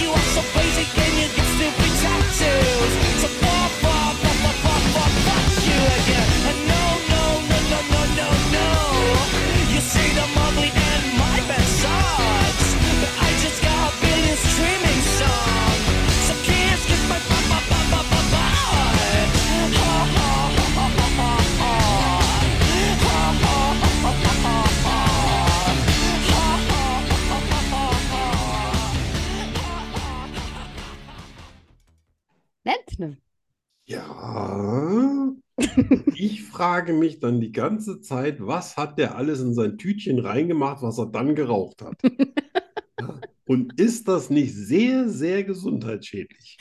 S4: You are so basic and you get stupid tattoos. So fuck, fuck, fuck, fuck, fuck, fuck, fuck you again. And no, no, no, no, no, no, no. You say that I'm ugly and my band sucks. But I just got a billion streaming song. So kids, kiss my butt, butt, butt, butt, butt, butt. Ha, ha, ha, ha, ha, ha, ha. Ha, ha, ha, ha, ha, ha, ha. Ha, ha, ha, ha, ha, ha, ha.
S2: Nennt ne?
S1: Ja. Ich frage mich dann die ganze Zeit, was hat der alles in sein Tütchen reingemacht, was er dann geraucht hat? Ja. Und ist das nicht sehr, sehr gesundheitsschädlich?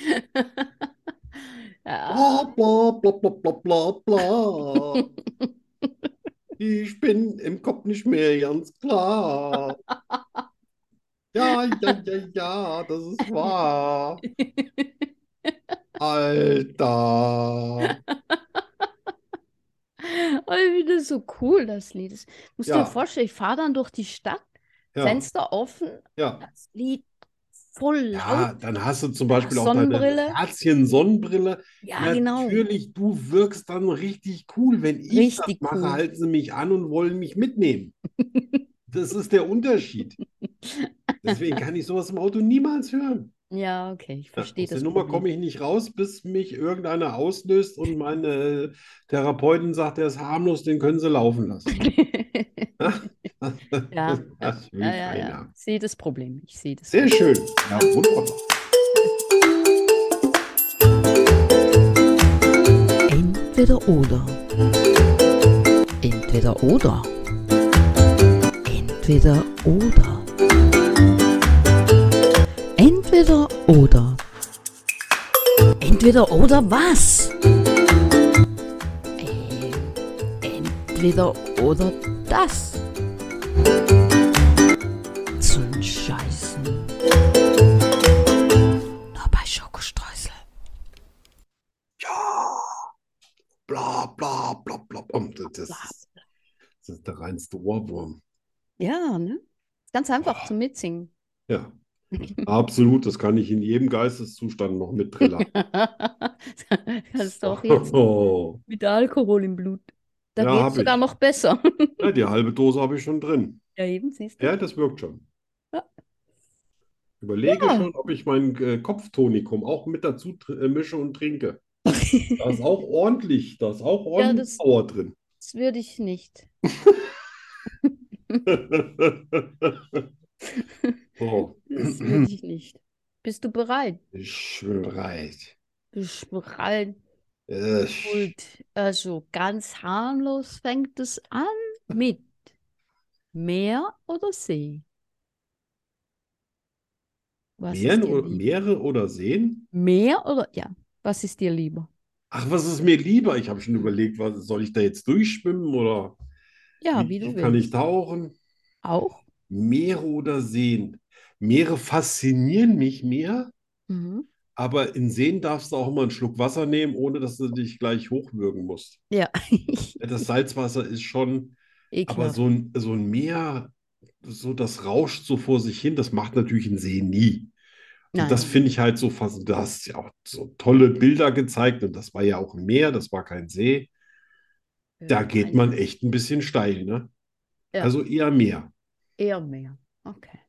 S2: Ja.
S1: Bla, bla, bla, bla, bla, bla, bla. Ich bin im Kopf nicht mehr ganz klar. Ja, ja, ja, ja, das ist wahr. Alter.
S2: Oh, ich finde das so cool, das Lied. Das musst du
S1: Ja.
S2: dir vorstellen, ich fahre dann durch die Stadt,
S1: Ja,
S2: Fenster offen,
S1: ja.
S2: das Lied voll
S1: Ja,
S2: laut.
S1: dann hast du zum Beispiel auch
S2: Sonnenbrille.
S1: deine Herzchen-Sonnenbrille.
S2: Ja, genau.
S1: Natürlich, du wirkst dann richtig cool. Wenn ich
S2: Richtig
S1: das mache,
S2: cool.
S1: halten sie mich an und wollen mich mitnehmen. Das ist der Unterschied. Deswegen kann ich sowas im Auto niemals hören.
S2: genau. Ja, okay, ich
S1: Ja,
S2: verstehe
S1: aus der
S2: das.
S1: Nummer komme
S2: Problem.
S1: ich nicht raus, bis mich irgendeiner auslöst und meine äh, Therapeutin sagt, der ist harmlos, den können sie laufen lassen.
S2: Ja,
S1: Das will
S2: ja, ja, ja.
S1: keiner.
S2: Ich sehe das Problem. Ich sehe das.
S1: Sehr schön. Ja, wunderbar.
S3: Entweder oder. Entweder oder. Entweder oder. Entweder oder. Entweder oder was? Ähm, Entweder oder das. Zum Scheißen. Nur bei Schokostreusel.
S1: bla bla bla bla. bla. Und Das, ist, das ist der reinste Ohrwurm.
S2: Ja, ne? Ist ganz einfach zum Mitsingen.
S1: Ja, absolut. Das kann ich in jedem Geisteszustand noch mittrillern.
S2: Kannst du auch jetzt
S1: Oh.
S2: mit Alkohol im Blut. Da
S1: Ja, hab
S2: geht's sogar
S1: ich.
S2: noch besser.
S1: Ja, die halbe Dose habe ich schon drin.
S2: Ja, eben, siehst du.
S1: Ja, das wirkt schon.
S2: Ja.
S1: Überlege
S2: Ja.
S1: schon, ob ich mein äh, Kopftonikum auch mit dazu tr- äh, mische und trinke. Da ist auch ordentlich, da ist auch ordentlich
S2: das-
S1: Power drin.
S2: Das würde ich nicht.
S1: So,
S2: Das würde ich nicht. Bist du bereit?
S1: Oh, ich bin bereit.
S2: Bist du bereit?
S1: Ich
S2: Gut, also ganz harmlos fängt es an mit Meer oder See? Was ist
S1: Meeren
S2: dir
S1: oder,
S2: lieb-
S1: Meere oder Seen?
S2: Meer oder ja, was ist dir lieber?
S1: Ach, was ist mir lieber? Ich habe schon überlegt, was, soll ich da jetzt durchschwimmen oder
S2: Ja,
S1: wie
S2: wie du
S1: tief kann
S2: willst.
S1: ich tauchen?
S2: Auch?
S1: Meere oder Seen? Meere faszinieren mich mehr,
S2: Mhm.
S1: aber in Seen darfst du auch mal einen Schluck Wasser nehmen, ohne dass du dich gleich hochwürgen musst.
S2: Ja.
S1: Ja, Das Salzwasser ist schon, aber
S2: Ekelhaft.
S1: so ein, so ein Meer, so das rauscht so vor sich hin, das macht natürlich ein See nie. Und das
S2: Nein.
S1: finde ich halt so fast, du hast ja auch so tolle Bilder gezeigt und das war ja auch ein Meer, das war kein See. Da
S2: Ja,
S1: geht
S2: nein.
S1: man echt ein bisschen steil, ne?
S2: Ja.
S1: Also eher Meer.
S2: Eher Meer. Okay.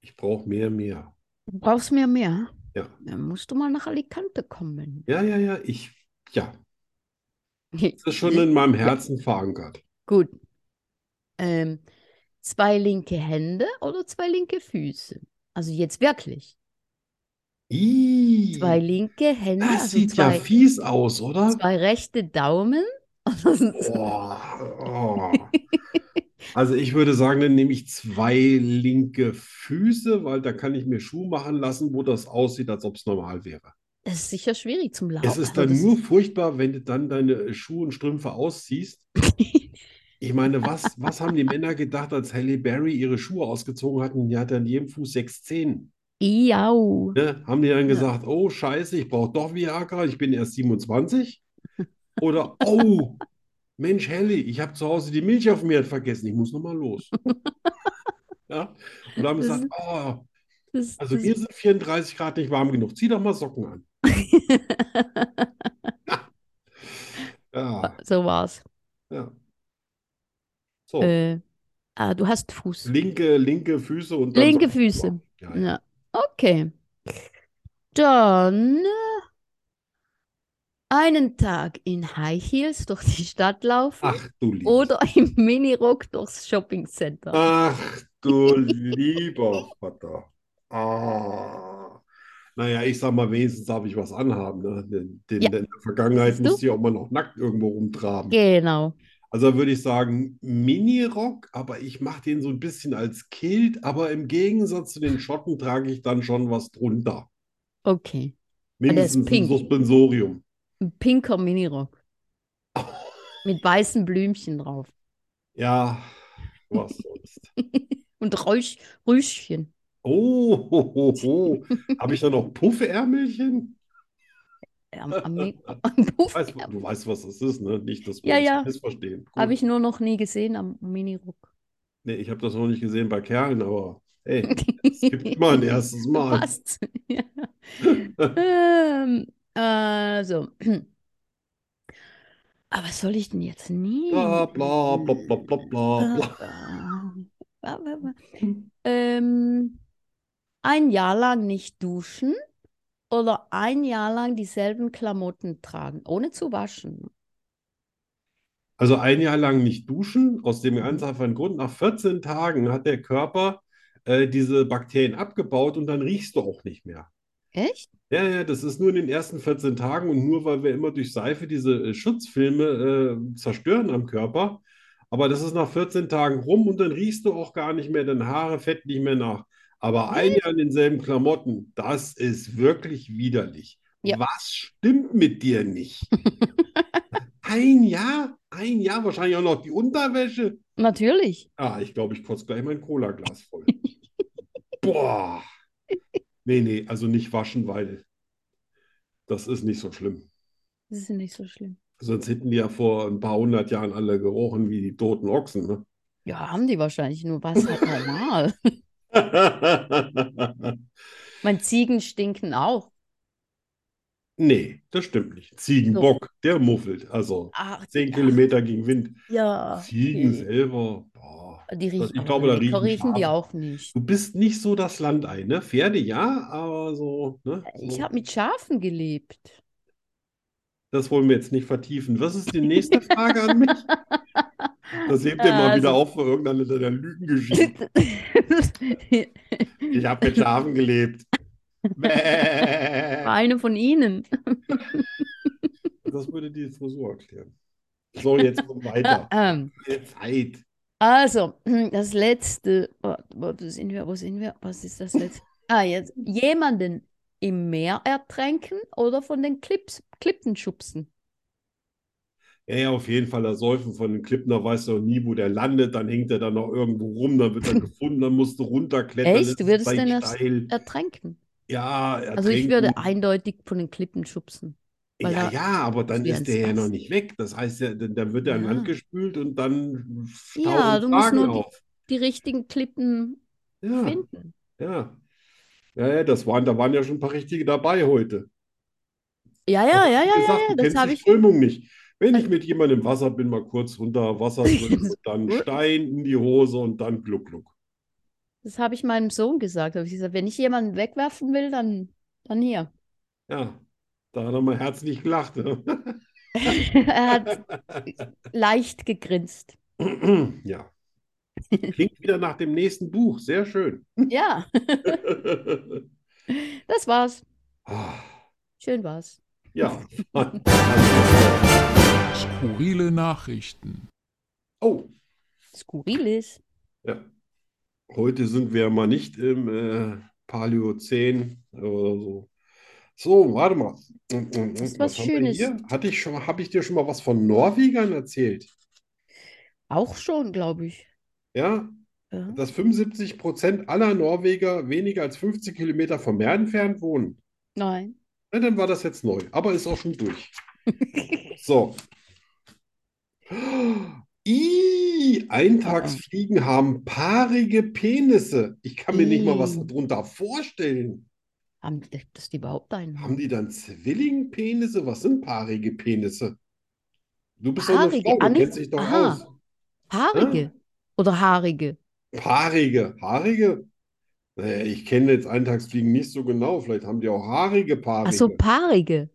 S1: Ich brauche mehr Meer.
S2: Du brauchst mehr Meer? hä?
S1: Ja.
S2: Dann musst du mal nach Alicante kommen.
S1: Ja, ja, ja, ich, ja, das ist schon in meinem Herzen verankert.
S2: Gut. Ähm, zwei linke Hände oder zwei linke Füße? Also jetzt wirklich.
S1: Ih,
S2: Zwei linke Hände,
S1: Hm. das
S2: also
S1: sieht ja
S2: zwei,
S1: fies aus, oder?
S2: zwei rechte Daumen.
S1: Oh, oh. Also ich würde sagen, dann nehme ich zwei linke Füße, weil da kann ich mir Schuh machen lassen, wo das aussieht, als ob es normal wäre.
S2: Das ist sicher schwierig zum Laufen. Also
S1: Es ist dann nur furchtbar, wenn du dann deine Schuhe und Strümpfe ausziehst. Ich meine, was, was haben die Männer gedacht, als Halle Berry ihre Schuhe ausgezogen hatten? Die hatte an jedem Fuß sechs Zehen.
S2: Iau.
S1: Ne? Haben die dann
S2: Ja.
S1: gesagt, oh Scheiße, ich brauche doch Viagra, ich bin erst 27? Oder, oh, Mensch, Halle, ich habe zu Hause die Milch auf dem Herd vergessen, ich muss nochmal los. Ja? Und haben
S2: Das
S1: gesagt,
S2: ist-
S1: oh,
S2: Das,
S1: also
S2: das,
S1: mir sind 34 Grad nicht warm genug, zieh doch mal Socken an. Ja,
S2: so war's.
S1: ja. So,
S2: Äh, ah, du hast Fuß.
S1: linke, linke Füße und dann
S2: Linke
S1: so-
S2: Füße.
S1: Ja, ja.
S2: Ja. Okay. Dann äh, einen Tag in High Heels durch die Stadt laufen
S1: Ach du lieber.
S2: oder im Minirock durchs Shoppingcenter.
S1: Ah. Ach du lieber Vater. Ah. Naja, ich sag mal, wenigstens darf ich was anhaben. Ne? Denn, denn
S2: Ja.
S1: denn in der Vergangenheit
S2: Siehst du?
S1: musste ich auch mal noch nackt irgendwo rumtraben.
S2: Genau.
S1: Also würde ich sagen, Minirock, aber ich mache den so ein bisschen als Kilt, aber im Gegensatz zu den Schotten trage ich dann schon was drunter.
S2: Okay. Ah, der ist
S1: Mindestens ein
S2: pink.
S1: Suspensorium.
S2: Ein pinker Minirock mit weißen Blümchen drauf
S1: Ja, was sonst.
S2: und Räusch Rüschchen.
S1: Oh, ho, ho, ho. Habe ich da noch Puffärmelchen?
S2: Am, am, Mi- am Puff
S1: Weißt, du- du weißt, was das ist, ne? Nicht, dass wir
S2: Ja,
S1: uns
S2: ja.
S1: missverstehen. Gut.
S2: habe ich nur noch nie gesehen am Minirock.
S1: Nee, ich habe das noch nicht gesehen bei Kerlen, aber hey, es gibt immer ein erstes Mal.
S2: Passt. Ja. Ähm, also. Aber was soll ich denn jetzt
S1: Bla,
S2: nehmen?
S1: bla, bla, bla, bla, bla,
S2: Ah.
S1: bla.
S2: Bla, bla, bla. Ähm, ein Jahr lang nicht duschen oder ein Jahr lang dieselben Klamotten tragen, ohne zu waschen.
S1: Also ein Jahr lang nicht duschen, aus dem ganz einfachen Grund, nach 14 Tagen hat der Körper äh, diese Bakterien abgebaut und dann riechst du auch nicht mehr.
S2: Echt?
S1: Ja, ja, das ist nur in den ersten 14 Tagen und nur weil wir immer durch Seife diese äh, Schutzfilme äh, zerstören am Körper. Aber das ist nach 14 Tagen rum und dann riechst du auch gar nicht mehr, deine Haare fett nicht mehr nach. Aber ein Jahr in denselben Klamotten, das ist wirklich widerlich.
S2: Ja.
S1: Was stimmt mit dir nicht? Ein Jahr? Ein Jahr? Wahrscheinlich auch noch die Unterwäsche.
S2: Natürlich.
S1: Ah, ich glaube, ich kotze gleich mein Cola-Glas voll. Boah. Nee, nee, also nicht waschen, weil das ist nicht so schlimm.
S2: Das ist nicht so schlimm.
S1: Sonst hätten die ja vor ein paar hundert Jahren alle gerochen wie die toten Ochsen, ne?
S2: Ja, haben die wahrscheinlich nur was halt normal. Meine Ziegen stinken auch.
S1: Nee, das stimmt nicht. Ziegenbock, der muffelt. Also
S2: Ach,
S1: zehn
S2: ja,
S1: Kilometer gegen Wind.
S2: ja.
S1: Ziegen
S2: okay.
S1: selber, boah.
S2: Die riechen,
S1: Also, ich
S2: aber
S1: glaube, da
S2: lecker
S1: riechen
S2: riechen die
S1: Schafe.
S2: auch nicht.
S1: Du bist nicht so das Landei, ne? Pferde ja, aber so, ne?
S2: Ich
S1: So.
S2: habe mit Schafen gelebt.
S1: Das wollen wir jetzt nicht vertiefen. Was ist die nächste Frage an mich? Das hebt ihr mal
S2: Also-
S1: wieder auf für irgendeine deiner Lügengeschichten. Ich habe mit Schafen gelebt. Bäh.
S2: Eine von ihnen.
S1: Das würde die Frisur erklären. So, jetzt kommt weiter.
S2: Ähm,
S1: Zeit.
S2: Also, das letzte, wo, wo sind wir, wo sind wir? Was ist das letzte? Ah, jetzt. Jemanden im Meer ertränken oder von den Clips, Klippen schubsen.
S1: Ja, ja, auf jeden Fall ersäufen von den Klippen, da weiß noch nie, wo der landet, dann hängt er dann noch irgendwo rum, dann wird er gefunden, dann musst du runterklettern.
S2: Echt?
S1: es
S2: Du
S1: ist
S2: würdest
S1: bei
S2: den erst-
S1: steil.
S2: Ertränken.
S1: Ja,
S2: Also ich würde
S1: ertrinken.
S2: eindeutig von den Klippen schubsen. weil
S1: Ja,
S2: da-
S1: ja, aber dann
S2: wie
S1: ist
S2: ans
S1: der ja noch
S2: Eis.
S1: nicht weg. Das heißt ja, dann, dann wird er an
S2: Ja.
S1: Land gespült und dann
S2: Ja,
S1: tauchen
S2: du musst
S1: Fragen
S2: nur die-
S1: auf.
S2: Die richtigen Klippen
S1: Ja,
S2: finden.
S1: ja. Ja, ja, das waren, da waren ja schon ein paar richtige dabei heute.
S2: Ja, ja, ja, ja,
S1: Wie
S2: ja,
S1: gesagt,
S2: ja,
S1: du
S2: das
S1: kennst
S2: habe
S1: die
S2: ich. Äh.
S1: Strömung nicht. Wenn ich mit jemandem im Wasser bin, mal kurz runter Wasser drücken und dann
S2: Gut.
S1: Stein in die Hose und dann gluck, gluck.
S2: Das habe ich meinem Sohn gesagt. Hab ich gesagt, wenn ich jemanden wegwerfen will, dann, dann hier.
S1: Ja, da hat er mal herzlich gelacht. ne?
S2: Er hat leicht gegrinst.
S1: Ja. Klingt wieder nach dem nächsten Buch. Sehr schön.
S2: Ja, das war's.
S1: Ah,
S2: Schön war's.
S1: Ja.
S5: Skurrile Nachrichten.
S1: Oh,
S2: Skurriles.
S1: ja. Heute sind wir mal nicht im äh, Paläozän oder so. So, warte mal.
S2: Ist was
S1: Was haben wir
S2: Schönes.
S1: hier? Hatte ich schon, habe ich dir schon mal was von Norwegern erzählt?
S2: Auch schon, glaube ich.
S1: Ja,
S2: Ja.
S1: dass 75 Prozent aller Norweger weniger als 50 Kilometer vom Meer entfernt wohnen.
S2: Nein.
S1: Na, dann war das jetzt neu, aber ist auch schon durch. So. Ih, Eintagsfliegen haben paarige Penisse. Ich kann mir nicht mal was
S2: Ih.
S1: darunter vorstellen.
S2: Haben die, dass die überhaupt einen
S1: Haben
S2: haben?
S1: die dann Zwillingpenisse? Was sind paarige Penisse? Du bist doch eine
S2: Paarige,
S1: Frau, du
S2: ah, nicht-
S1: kennst dich doch
S2: aha.
S1: aus.
S2: Haarige
S1: Ah.
S2: oder haarige?
S1: Paarige, haarige? Naja, ich kenne jetzt Eintagsfliegen nicht so genau. Vielleicht haben die auch haarige
S2: Ach so,
S1: Paarige.
S2: paarige.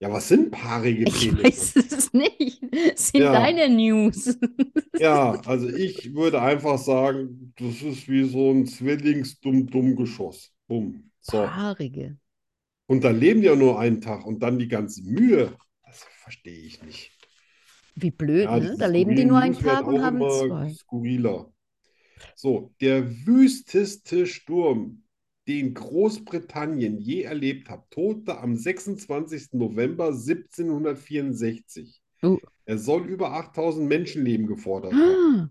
S1: Ja, was sind paarige
S2: Ich
S1: Penisse?
S2: weiß es nicht. Sind
S1: Ja.
S2: deine News.
S1: Ja, also ich würde einfach sagen, das ist wie so ein Zwillingsdumm-Dumm-Geschoss. Bumm. So.
S2: Ah. Haarige.
S1: Und dann leben die ja nur einen Tag und dann die ganze Mühe. Das verstehe ich nicht.
S2: Wie blöd,
S1: Ja,
S2: ne?
S1: diese
S2: Da leben die nur
S1: skurrilen
S2: einen
S1: News werden
S2: Tag und
S1: auch
S2: haben
S1: immer
S2: zwei.
S1: skurriler. So, der wüsteste Sturm, den Großbritannien je erlebt hat, tobte am 26. November 1764.
S2: Oh.
S1: Er soll über 8000 Menschenleben gefordert haben.
S2: Ah.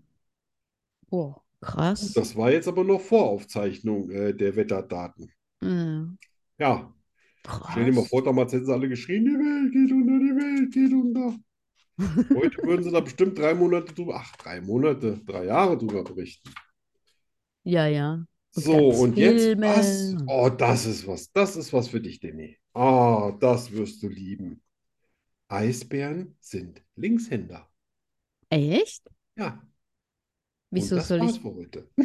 S2: Boah, Oh, krass.
S1: Das war jetzt aber noch Voraufzeichnung äh, der Wetterdaten.
S2: Ja,
S1: Ja, stell dir mal
S2: Mm, krass.
S1: vor, damals hätten sie alle geschrien, die Welt geht unter, die Welt geht unter. Heute würden sie da bestimmt drei Monate drüber, ach, drei Monate, drei Jahre drüber berichten.
S2: Ja, ja. Und
S1: So,
S2: ganz
S1: und jetzt
S2: Filme.
S1: was? Oh, das ist was. Das ist was für dich, Danny. Ah, das wirst du lieben. Eisbären sind Linkshänder.
S2: Echt?
S1: Ja, und
S2: Wieso
S1: das
S2: soll
S1: war's
S2: ich
S1: für heute.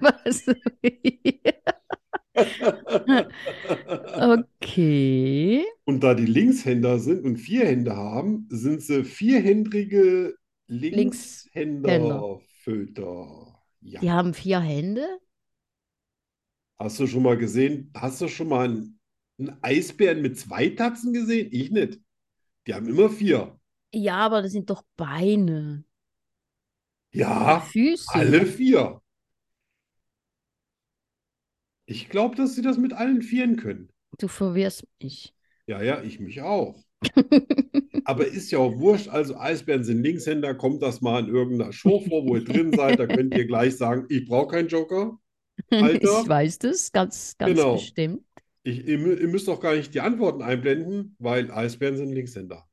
S2: was? Okay.
S1: Und da die Linkshänder sind und vier Hände haben, sind sie vierhändrige
S2: Linkshänder.
S1: Linkshänderföter. Ja.
S2: Die haben vier Hände?
S1: Hast du schon mal gesehen, hast du schon mal einen, einen Eisbären mit zwei Tatzen gesehen? Ich nicht. Die haben immer vier.
S2: Ja, aber das sind doch Beine.
S1: Ja,
S2: Füße.
S1: alle vier. Ich glaube, dass sie das mit allen Vieren können.
S2: Du verwirrst mich.
S1: Ja, ja, ich mich auch. Aber ist ja auch wurscht. Also Eisbären sind Linkshänder. Kommt das mal in irgendeiner Show vor, wo ihr drin seid? Da könnt ihr gleich sagen, ich brauche keinen Joker. Alter.
S2: Ich weiß das, ganz, ganz
S1: Genau.
S2: bestimmt.
S1: Ich, ihr, mü- ihr müsst doch gar nicht die Antworten einblenden, weil Eisbären sind Linkshänder.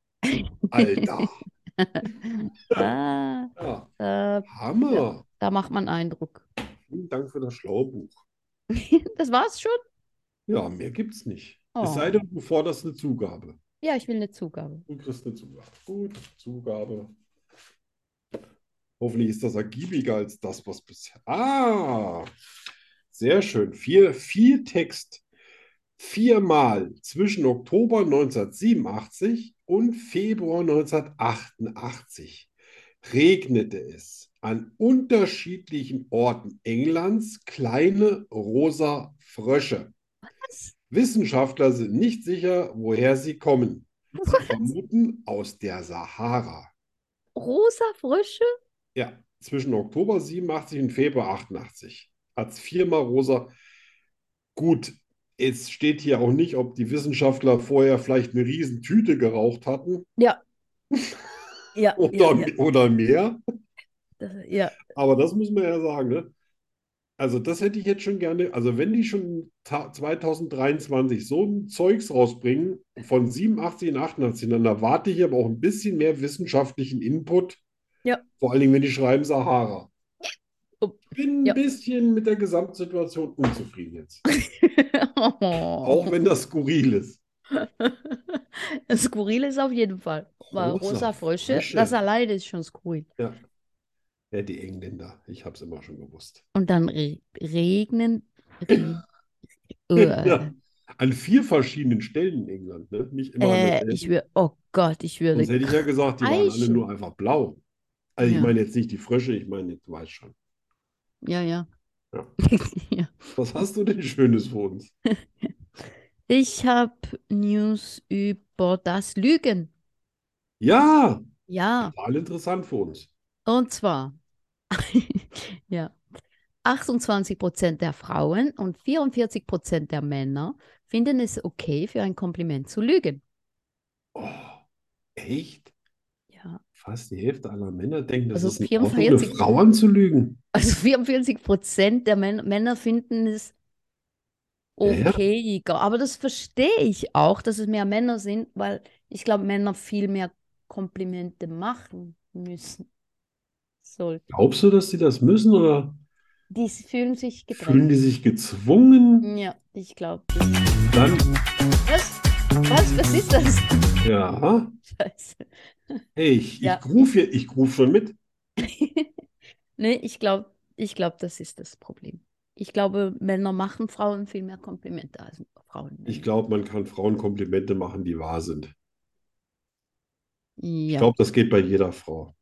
S1: Alter.
S2: Ah,
S1: Ja,
S2: da,
S1: Hammer.
S2: da macht man Eindruck.
S1: Vielen Dank für das schlaue Buch.
S2: Das war's schon?
S1: Ja, mehr gibt's nicht. Es
S2: Oh.
S1: sei denn, du forderst eine Zugabe.
S2: Ja, ich will eine Zugabe.
S1: Du kriegst eine Zugabe. Gut, Zugabe. Hoffentlich ist das ergiebiger als das, was bisher. Ah, sehr schön. Vier, viel Text. Viermal zwischen Oktober 1987 und Februar 1988 regnete es an unterschiedlichen Orten Englands kleine rosa Frösche. Wissenschaftler sind nicht sicher, woher sie kommen. Sie vermuten aus der Sahara.
S2: Rosa Frösche?
S1: Ja, zwischen Oktober 87 und Februar 88. Als viermal rosa. Gut, es steht hier auch nicht, ob die Wissenschaftler vorher vielleicht eine Riesentüte geraucht hatten
S2: Ja,
S1: oder,
S2: ja,
S1: oder mehr.
S2: ja, ja.
S1: Aber das muss man ja sagen, ne? Also das hätte ich jetzt schon gerne, also wenn die schon ta- 2023 so ein Zeugs rausbringen von 87 und 88, dann erwarte ich aber auch ein bisschen mehr wissenschaftlichen Input.
S2: Ja.
S1: Vor allen Dingen, wenn die schreiben Sahara.
S2: Oh,
S1: Ich bin ein
S2: ja.
S1: bisschen mit der Gesamtsituation unzufrieden jetzt.
S2: Oh.
S1: Auch wenn das skurril ist.
S2: Skurril ist auf jeden Fall. Weil
S1: Rosa
S2: rosa Frösche,
S1: Frösche.
S2: das alleine ist schon skurril.
S1: Ja. Ja, die Engländer, ich habe es immer schon gewusst.
S2: Und dann re regnen. Re Äh,
S1: Ja. An vier verschiedenen Stellen in England, ne? Nicht immer an
S2: äh,
S1: derselben.
S2: ich würde, oh Gott, ich würde
S1: Sonst hätte ich ja gesagt, die waren alle
S2: kreischen.
S1: nur einfach blau. Also ich
S2: Ja.
S1: meine jetzt nicht die Frösche, ich meine, du weißt schon.
S2: Ja, ja.
S1: Ja.
S2: Ja.
S1: Was hast du denn Schönes für uns?
S2: Ich habe News über das Lügen.
S1: Ja,
S2: Ja,
S1: total interessant für uns.
S2: und zwar, ja, 28% der Frauen und 44% der Männer finden es okay, für ein Kompliment zu lügen.
S1: Oh, echt?
S2: Ja,
S1: Fast die Hälfte aller Männer denken, das
S2: Also
S1: ist in
S2: 44
S1: Ordnung, eine Frau anzulügen.
S2: also 44% der Män Männer finden es
S1: Ja, ja.
S2: okayiger. Aber das verstehe ich auch, dass es mehr Männer sind, weil ich glaube, Männer viel mehr Komplimente machen müssen. Sollten.
S1: Glaubst du, dass sie das müssen oder
S2: Die fühlen sich
S1: fühlen
S2: gedrängt.
S1: die sich gezwungen?
S2: Ja, ich glaube.
S1: Dann,
S2: Was? Was? Was ist das?
S1: ja,
S2: Scheiße.
S1: hey, ich,
S2: Ja.
S1: ich rufe hier, ich rufe schon mit.
S2: Nee, ich glaube, ich glaub, das ist das Problem. Ich glaube, Männer machen Frauen viel mehr Komplimente als Frauen.
S1: Ich
S2: Männer.
S1: glaube, man kann Frauen Komplimente machen, die wahr sind. Ich
S2: Ja.
S1: glaube, das geht bei jeder Frau.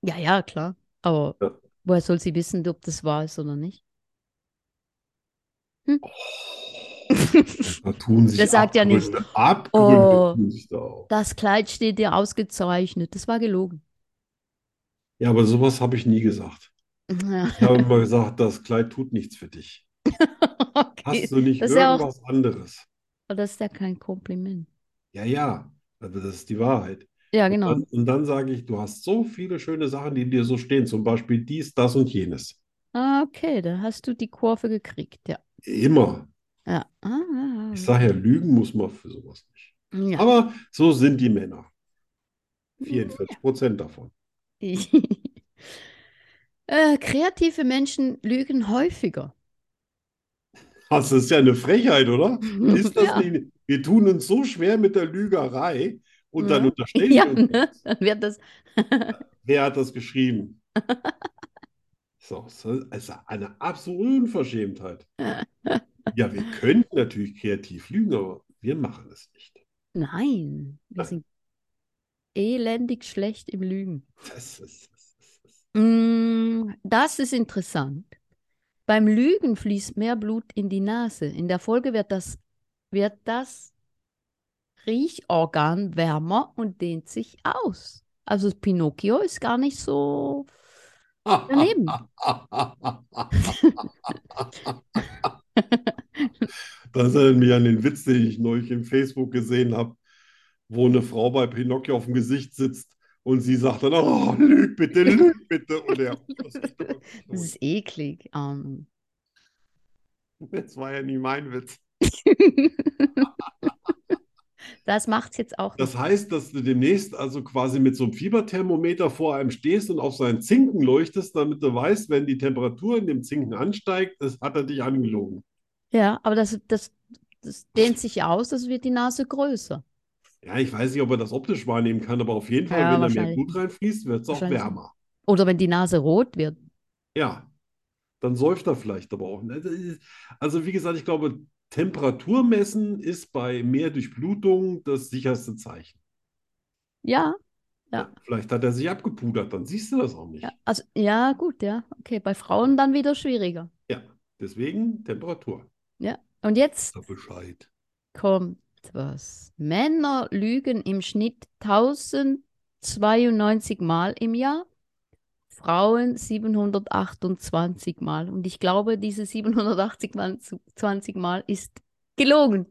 S2: Ja, ja, klar. Aber
S1: Ja.
S2: woher soll sie wissen, ob das wahr ist oder nicht? Hm?
S1: Da tun sich
S2: Das sagt ja nicht,
S1: Abgründe, Abgründe
S2: oh.
S1: tun sich da auf.
S2: Das Kleid steht dir ausgezeichnet. Das war gelogen.
S1: Ja, aber sowas habe ich nie gesagt.
S2: Ja,
S1: Ich habe immer gesagt, das Kleid tut nichts für dich.
S2: okay.
S1: Hast du nicht
S2: Das ist ja auch-
S1: irgendwas anderes?
S2: Aber das ist ja kein Kompliment.
S1: Ja, ja, also das ist die Wahrheit.
S2: Ja,
S1: Und
S2: genau.
S1: dann, und dann sage ich, du hast so viele schöne Sachen, die dir so stehen, zum Beispiel dies, das und jenes.
S2: Ah, okay, da hast du die Kurve gekriegt, ja.
S1: Immer.
S2: Ja. Ah, ah,
S1: Ich Oh. sage ja, lügen muss man für sowas nicht.
S2: ah. Ja. Mhm.
S1: Aber so sind die Männer. 44 Prozent davon.
S2: Äh, kreative Menschen lügen häufiger.
S1: Das ist ja eine Frechheit, oder? Ist das
S2: Ja.
S1: nicht, wir tun uns so schwer mit der Lügerei und dann
S2: Ja.
S1: unterstellen
S2: Ja,
S1: wir uns
S2: ne?
S1: das.
S2: Dann wird das.
S1: Wer hat das geschrieben? So, das ist eine absolute Unverschämtheit. Ja, wir könnten natürlich kreativ lügen, aber wir machen es nicht.
S2: Nein, wir
S1: Nein.
S2: sind elendig schlecht im Lügen.
S1: Das ist, das ist, das ist.
S2: Mm, Das ist interessant. Beim Lügen fließt mehr Blut in die Nase. In der Folge wird das, wird das Riechorgan wärmer und dehnt sich aus. Also Pinocchio ist gar nicht so
S1: Ah,
S2: daneben.
S1: Das erinnert mich an den Witz, den ich neulich im Facebook gesehen habe, wo eine Frau bei Pinocchio auf dem Gesicht sitzt und sie sagt dann, oh, lüg bitte, lüg bitte. Und er, das ist doch
S2: Das
S1: so.
S2: ist eklig. Ähm.
S1: Das war ja nie mein Witz.
S2: Das macht's jetzt auch
S1: Das
S2: nicht.
S1: heißt, dass du demnächst also quasi mit so einem Fieberthermometer vor einem stehst und auf seinen Zinken leuchtest, damit du weißt, wenn die Temperatur in dem Zinken ansteigt, das hat er dich angelogen.
S2: Ja, aber das, das, das dehnt sich ja aus, das wird die Nase größer.
S1: Ja, ich weiß nicht, ob er das optisch wahrnehmen kann, aber auf jeden Fall,
S2: Ja,
S1: wenn da mehr
S2: wahrscheinlich
S1: Blut reinfließt, wird es auch
S2: Wahrscheinlich.
S1: wärmer.
S2: Oder wenn die Nase rot wird.
S1: Ja, dann säuft er vielleicht aber auch. Ne, Also wie gesagt, ich glaube, Temperatur messen ist bei mehr Durchblutung das sicherste Zeichen.
S2: Ja, Ja.
S1: Vielleicht hat er sich abgepudert, dann siehst du das auch nicht.
S2: ja, also, ja, gut, ja. Okay, bei Frauen dann wieder schwieriger.
S1: Ja, deswegen Temperatur.
S2: Und jetzt
S1: Da Bescheid.
S2: kommt was. Männer lügen im Schnitt 1092 Mal im Jahr. Frauen 728 Mal. Und ich glaube, diese 780 Mal, 20 Mal ist gelogen.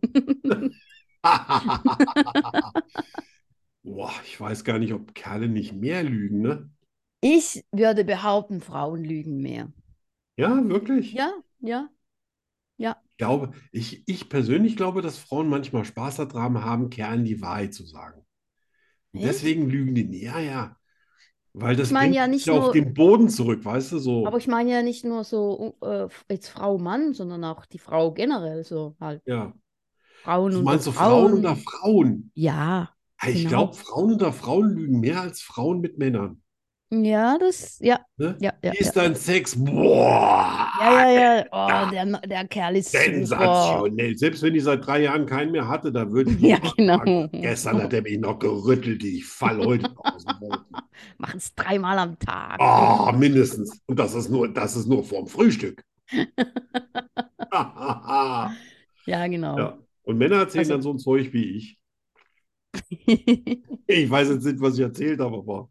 S1: Boah, ich weiß gar nicht, ob Kerle nicht mehr lügen, ne?
S2: Ich würde behaupten, Frauen lügen mehr.
S1: Ja, wirklich?
S2: Ja, ja.
S1: Ich glaube, ich, ich persönlich glaube, dass Frauen manchmal Spaß daran haben, Kerlen die Wahrheit zu sagen. Und
S2: Echt?
S1: deswegen lügen die. Ja, ja. Weil das
S2: meine
S1: bringt
S2: ja
S1: dich
S2: nicht
S1: auf
S2: nur-
S1: den Boden zurück, weißt du, so.
S2: Oh. Aber ich meine ja nicht nur so äh, jetzt Frau, Mann, sondern auch die Frau generell, so halt
S1: Ja.
S2: Frauen
S1: Du
S2: unter
S1: meinst so
S2: Frauen.
S1: Frauen unter Frauen?
S2: Ja,
S1: Ja, Ich
S2: Genau.
S1: glaube, Frauen unter Frauen lügen mehr als Frauen mit Männern.
S2: ja, das, ja,
S1: Ne?
S2: ja, ja,
S1: Wie ist
S2: ja.
S1: dein Sex? Boah,
S2: Ja, ja, ja. Oh, der, der Kerl ist oh, super.
S1: sensationell. Selbst wenn ich seit drei Jahren keinen mehr hatte, da würde ich
S2: Ja,
S1: boah,
S2: genau.
S1: Gestern hat er mich noch gerüttelt. Ich falle heute noch aus dem Boden.
S2: Mach es dreimal am Tag.
S1: Ah, mindestens. Und das ist nur, das ist nur vorm Frühstück. ja.
S2: Ja, genau.
S1: Und Männer erzählen
S2: Also-
S1: dann so ein Zeug wie ich. Ich weiß jetzt nicht, was ich erzählt habe, aber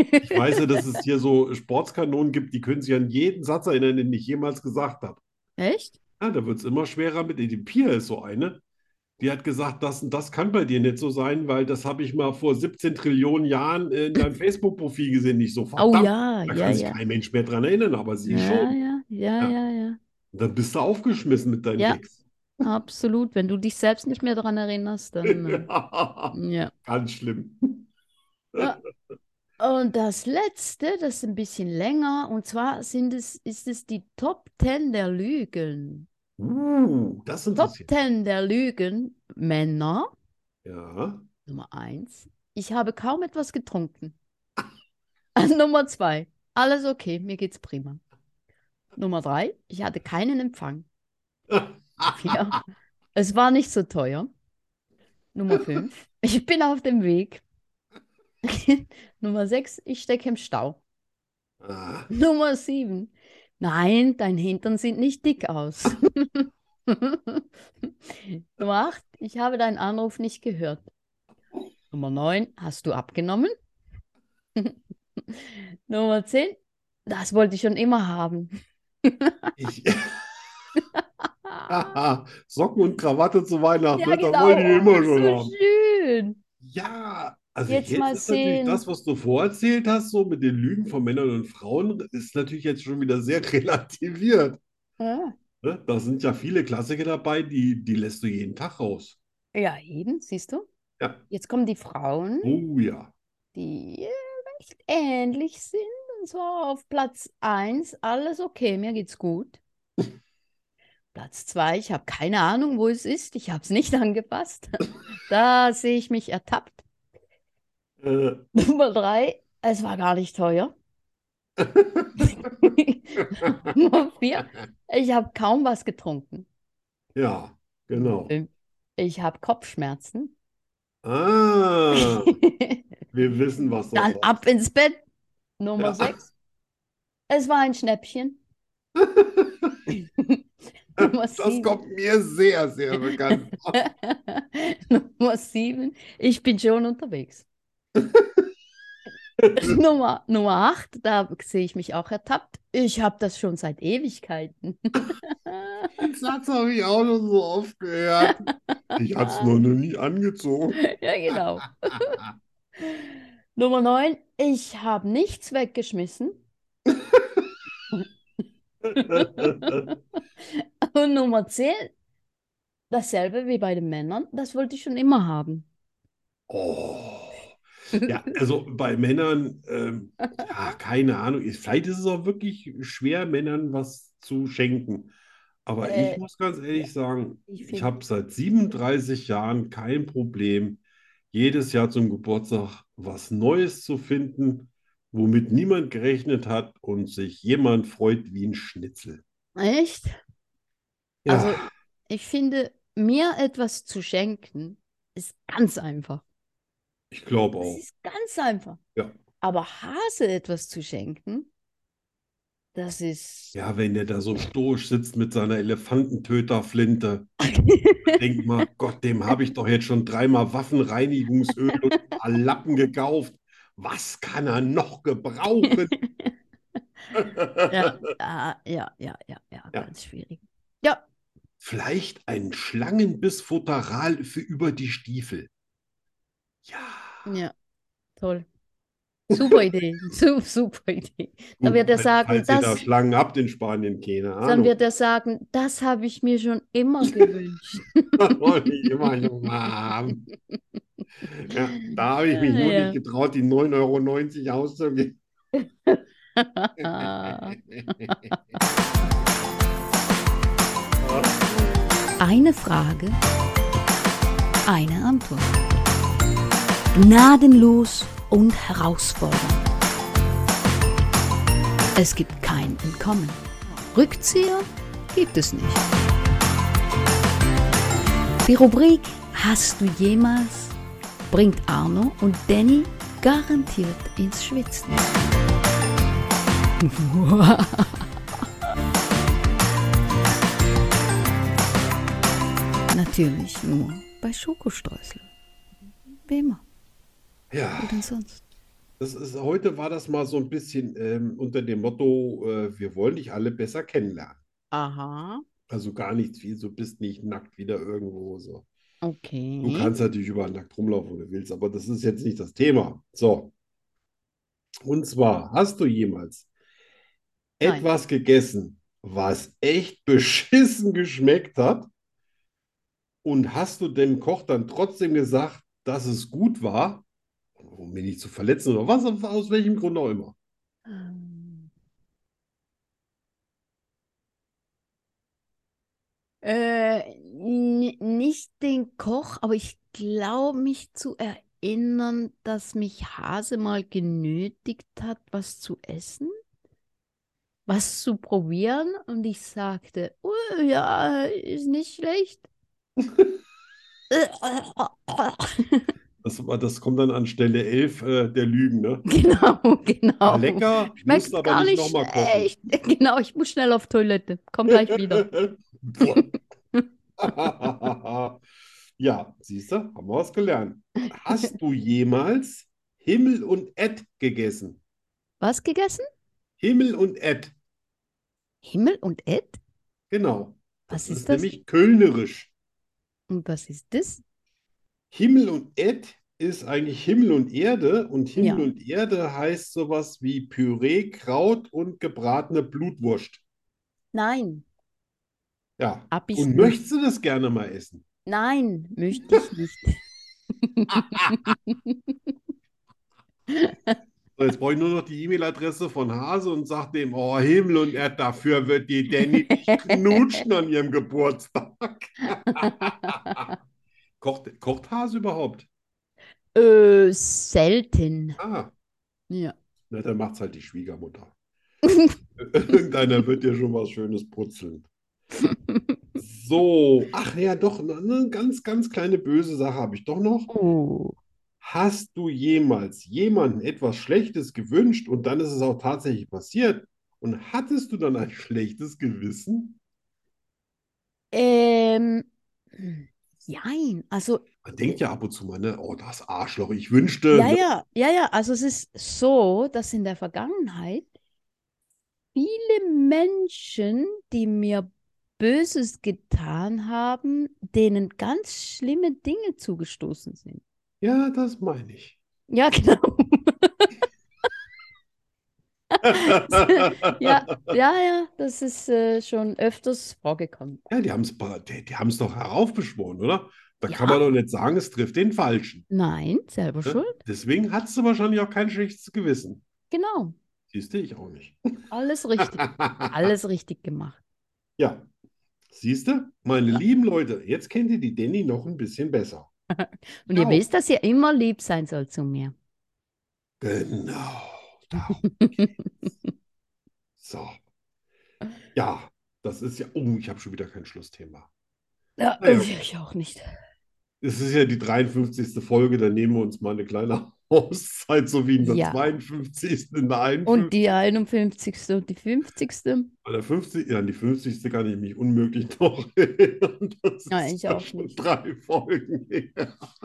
S1: ich weiß ja, dass es hier so Sportskanonen gibt, die können sich an jeden Satz erinnern, den ich jemals gesagt habe.
S2: Echt?
S1: Ja, da wird es immer schwerer mit. Die Pia ist so eine, die hat gesagt, das und das kann bei dir nicht so sein, weil das habe ich mal vor 17 Trillionen Jahren äh, in deinem Facebook-Profil gesehen. Nicht so
S2: Oh
S1: verdammt,
S2: ja,
S1: da
S2: ja,
S1: kann sich
S2: ja.
S1: kein Mensch mehr dran erinnern, aber sie
S2: Ja,
S1: schon.
S2: ja, ja, ja, ja.
S1: Und dann bist du aufgeschmissen mit deinem
S2: Ja.
S1: Text.
S2: Absolut. Wenn du dich selbst nicht mehr daran erinnerst, dann. äh, Ja.
S1: Ganz schlimm.
S2: Und das letzte, das ist ein bisschen länger, und zwar sind es, ist es die Top 10 der Lügen.
S1: Uh, das
S2: Top
S1: interessiert.
S2: 10 der Lügen, Männer,
S1: Ja.
S2: Nummer 1. Ich habe kaum etwas getrunken. Also Nummer 2. Alles okay, mir geht's prima. Nummer 3. Ich hatte keinen Empfang. Ja, es war nicht so teuer. Nummer 5, ich bin auf dem Weg. Nummer 6, ich stecke im Stau.
S1: Ah.
S2: Nummer 7, nein, dein Hintern sieht nicht dick aus. Nummer 8, ich habe deinen Anruf nicht gehört. Nummer 9, hast du abgenommen? Nummer 10, das wollte ich schon immer haben.
S1: Ich, Socken und Krawatte zu Weihnachten,
S2: Ja,
S1: ne?
S2: genau,
S1: da wollen die
S2: oh,
S1: immer schon
S2: so
S1: haben.
S2: schön.
S1: Ja, also
S2: Jetzt
S1: jetzt,
S2: mal
S1: ist natürlich
S2: sehen.
S1: das, was du vorerzählt hast, so mit den Lügen von Männern und Frauen, ist natürlich jetzt schon wieder sehr relativiert.
S2: Ja.
S1: Ne? Da sind ja viele Klassiker dabei, die, die lässt du jeden Tag raus.
S2: Ja, eben, siehst du?
S1: Ja.
S2: Jetzt kommen die Frauen,
S1: Oh ja.
S2: die äh, recht ähnlich sind. Und zwar auf Platz 1, alles okay, mir geht's gut. Platz 2, ich habe keine Ahnung, wo es ist. Ich habe es nicht angepasst. Da sehe ich mich ertappt.
S1: Äh,
S2: Nummer 3, es war gar nicht teuer. Nummer 4, ich habe kaum was getrunken.
S1: ja, genau.
S2: Fünf, Ich habe Kopfschmerzen.
S1: Ah, wir wissen, was das
S2: Dann
S1: war.
S2: ab ins Bett. Nummer
S1: Ja.
S2: 6. Es war ein Schnäppchen. Nummer
S1: Das
S2: 7.
S1: kommt mir sehr, sehr bekannt vor.
S2: Nummer 7. Ich bin schon unterwegs. Nummer, Nummer 8. Da sehe ich mich auch ertappt. Ich habe das schon seit Ewigkeiten.
S1: Den Satz habe ich auch schon so oft gehört. Ich habe es nur noch nie angezogen.
S2: ja, genau. Nummer 9. Ich habe nichts weggeschmissen. Und Nummer 10. Dasselbe wie bei den Männern. Das wollte ich schon immer haben.
S1: Oh. Ja, also bei Männern, ähm, ja, keine Ahnung. Ist- Vielleicht ist es auch wirklich schwer, Männern was zu schenken. Aber ich
S2: Äh,
S1: muss ganz ehrlich sagen,
S2: ich
S1: ich
S2: find-
S1: habe seit 37 Jahren kein Problem, jedes Jahr zum Geburtstag was Neues zu finden, womit niemand gerechnet hat und sich jemand freut wie ein Schnitzel.
S2: Echt?
S1: Ja,
S2: Also, Ich finde, mir etwas zu schenken ist ganz einfach.
S1: ich glaube
S2: Es
S1: auch.
S2: ist ganz einfach.
S1: Ja.
S2: Aber Hase etwas zu schenken, das ist.
S1: Ja, wenn der da so stoisch sitzt mit seiner Elefantentöterflinte. Denk mal, Gott, dem habe ich doch jetzt schon dreimal Waffenreinigungsöl und ein paar Lappen gekauft. Was kann er noch gebrauchen?
S2: Ja, ah, ja, ja, ja, ja, ganz schwierig.
S1: Vielleicht ein Schlangenbiss-Futteral für über die Stiefel. Ja,
S2: Ja, toll. Super Idee, su super Idee.
S1: gut,
S2: Dann wird er
S1: falls-
S2: sagen,
S1: falls ihr da
S2: das-
S1: Schlangen habt in Spanien, keine
S2: Dann
S1: Ahnung.
S2: wird er sagen, das habe ich mir schon immer gewünscht.
S1: Das wollte ich immer schon mal haben. Ja, da habe ich mich nur
S2: Ja.
S1: nicht getraut, die 9,90 Euro auszugeben.
S2: Ah.
S3: Eine Frage, eine Antwort. Gnadenlos und herausfordernd. Es gibt kein Entkommen. Rückzieher gibt es nicht. Die Rubrik Hast du jemals bringt Arno und Danny garantiert ins Schwitzen. Natürlich nur bei Schokostreusel. Wie immer,
S1: Ja.
S3: wo denn sonst?
S1: Das ist, heute war das mal so ein bisschen ähm, unter dem Motto, äh, wir wollen dich alle besser kennenlernen.
S2: Aha,
S1: Also gar nichts wie, so bist nicht nackt wieder irgendwo so. Du
S2: okay.
S1: kannst natürlich überall nackt rumlaufen, wenn du willst, aber das ist jetzt nicht das Thema. So. Und zwar, hast du jemals
S2: Nein.
S1: etwas gegessen, was echt beschissen geschmeckt hat? Und hast du dem Koch dann trotzdem gesagt, dass es gut war, um mich nicht zu verletzen oder was, aus welchem Grund auch immer?
S2: Äh, n- nicht den Koch, aber ich glaube mich zu erinnern, dass mich Hase mal genötigt hat, was zu essen, was zu probieren und ich sagte, oh, ja, ist nicht schlecht.
S1: Das, war- das kommt dann an Stelle 11 äh, der Lügen, ne?
S2: Genau,
S1: War
S2: genau.
S1: Ah, lecker,
S2: Schmeckt
S1: musst aber
S2: gar
S1: nicht
S2: nicht
S1: nochmal kochen.
S2: schlecht. Genau, ich muss schnell auf Toilette. Komm gleich wieder.
S1: Boah. Ja, siehst du, haben wir was gelernt. Hast du jemals Himmel und Ed gegessen?
S2: Was gegessen?
S1: Himmel und Ed,
S2: Himmel und Ed?
S1: genau.
S2: Was
S1: Das
S2: ist
S1: ist
S2: das?
S1: nämlich kölnerisch.
S2: Und was ist das?
S1: Himmel und Ed ist eigentlich Himmel und Erde und Himmel
S2: Ja.
S1: und Erde heißt sowas wie Püree, Kraut und gebratene Blutwurst.
S2: Nein,
S1: Ja.
S2: hab ich's
S1: Und
S2: nicht.
S1: möchtest du das gerne mal essen?
S2: Nein, möchte ich nicht.
S1: So, Jetzt brauche ich nur noch die E-Mail-Adresse von Hase und sag dem, oh Himmel und Erd, dafür wird die Danny nicht knutschen an ihrem Geburtstag. kocht, kocht Hase überhaupt?
S2: Äh, selten.
S1: Ah,
S2: Ja.
S1: na, dann macht's halt die Schwiegermutter. Irgendeiner wird dir schon was Schönes brutzeln. So, ach ja, doch, eine ganz, ganz kleine böse Sache habe ich doch noch.
S2: Oh.
S1: Hast du jemals jemandem etwas Schlechtes gewünscht und dann ist es auch tatsächlich passiert? Und hattest du dann ein schlechtes Gewissen?
S2: Ähm, jein. Also,
S1: Man denkt ja ab und zu mal, ne? Oh, das Arschloch, ich wünschte,
S2: ja,
S1: ne?
S2: ja, ja, ja. Also, es ist so, dass in der Vergangenheit viele Menschen, die mir Böses getan haben, denen ganz schlimme Dinge zugestoßen sind.
S1: Ja, das meine ich.
S2: Ja, genau. Ja, ja, ja, das ist äh, schon öfters vorgekommen.
S1: Ja, die haben es die, die haben's doch heraufbeschworen, oder? Da
S2: Ja.
S1: kann man doch nicht sagen, es trifft den Falschen.
S2: Nein, selber
S1: Ne?
S2: schuld.
S1: Deswegen hattest du wahrscheinlich auch kein schlechtes Gewissen.
S2: Genau.
S1: Siehst du, ich auch nicht.
S2: Alles richtig. Alles richtig gemacht.
S1: Ja, siehst du, meine lieben Leute, jetzt kennt ihr die Danny noch ein bisschen besser.
S2: Und
S1: Genau.
S2: ihr wisst, dass ihr immer lieb sein sollt zu mir.
S1: Genau, darum geht's. So. Ja, das ist ja. Oh, ich habe schon wieder kein Schlussthema.
S2: Ja,
S1: Ah, ja.
S2: ich auch nicht.
S1: Es ist ja die 53. Folge, da nehmen wir uns mal eine kleine Auszeit, so wie in der
S2: Ja.
S1: 52. in der 51.
S2: Und die 51. und die 50.
S1: Bei der 50. Ja, an die 50. kann ich mich unmöglich noch erinnern. Das
S2: Ja,
S1: ist
S2: ich
S1: ja
S2: auch
S1: schon
S2: nicht.
S1: drei Folgen her.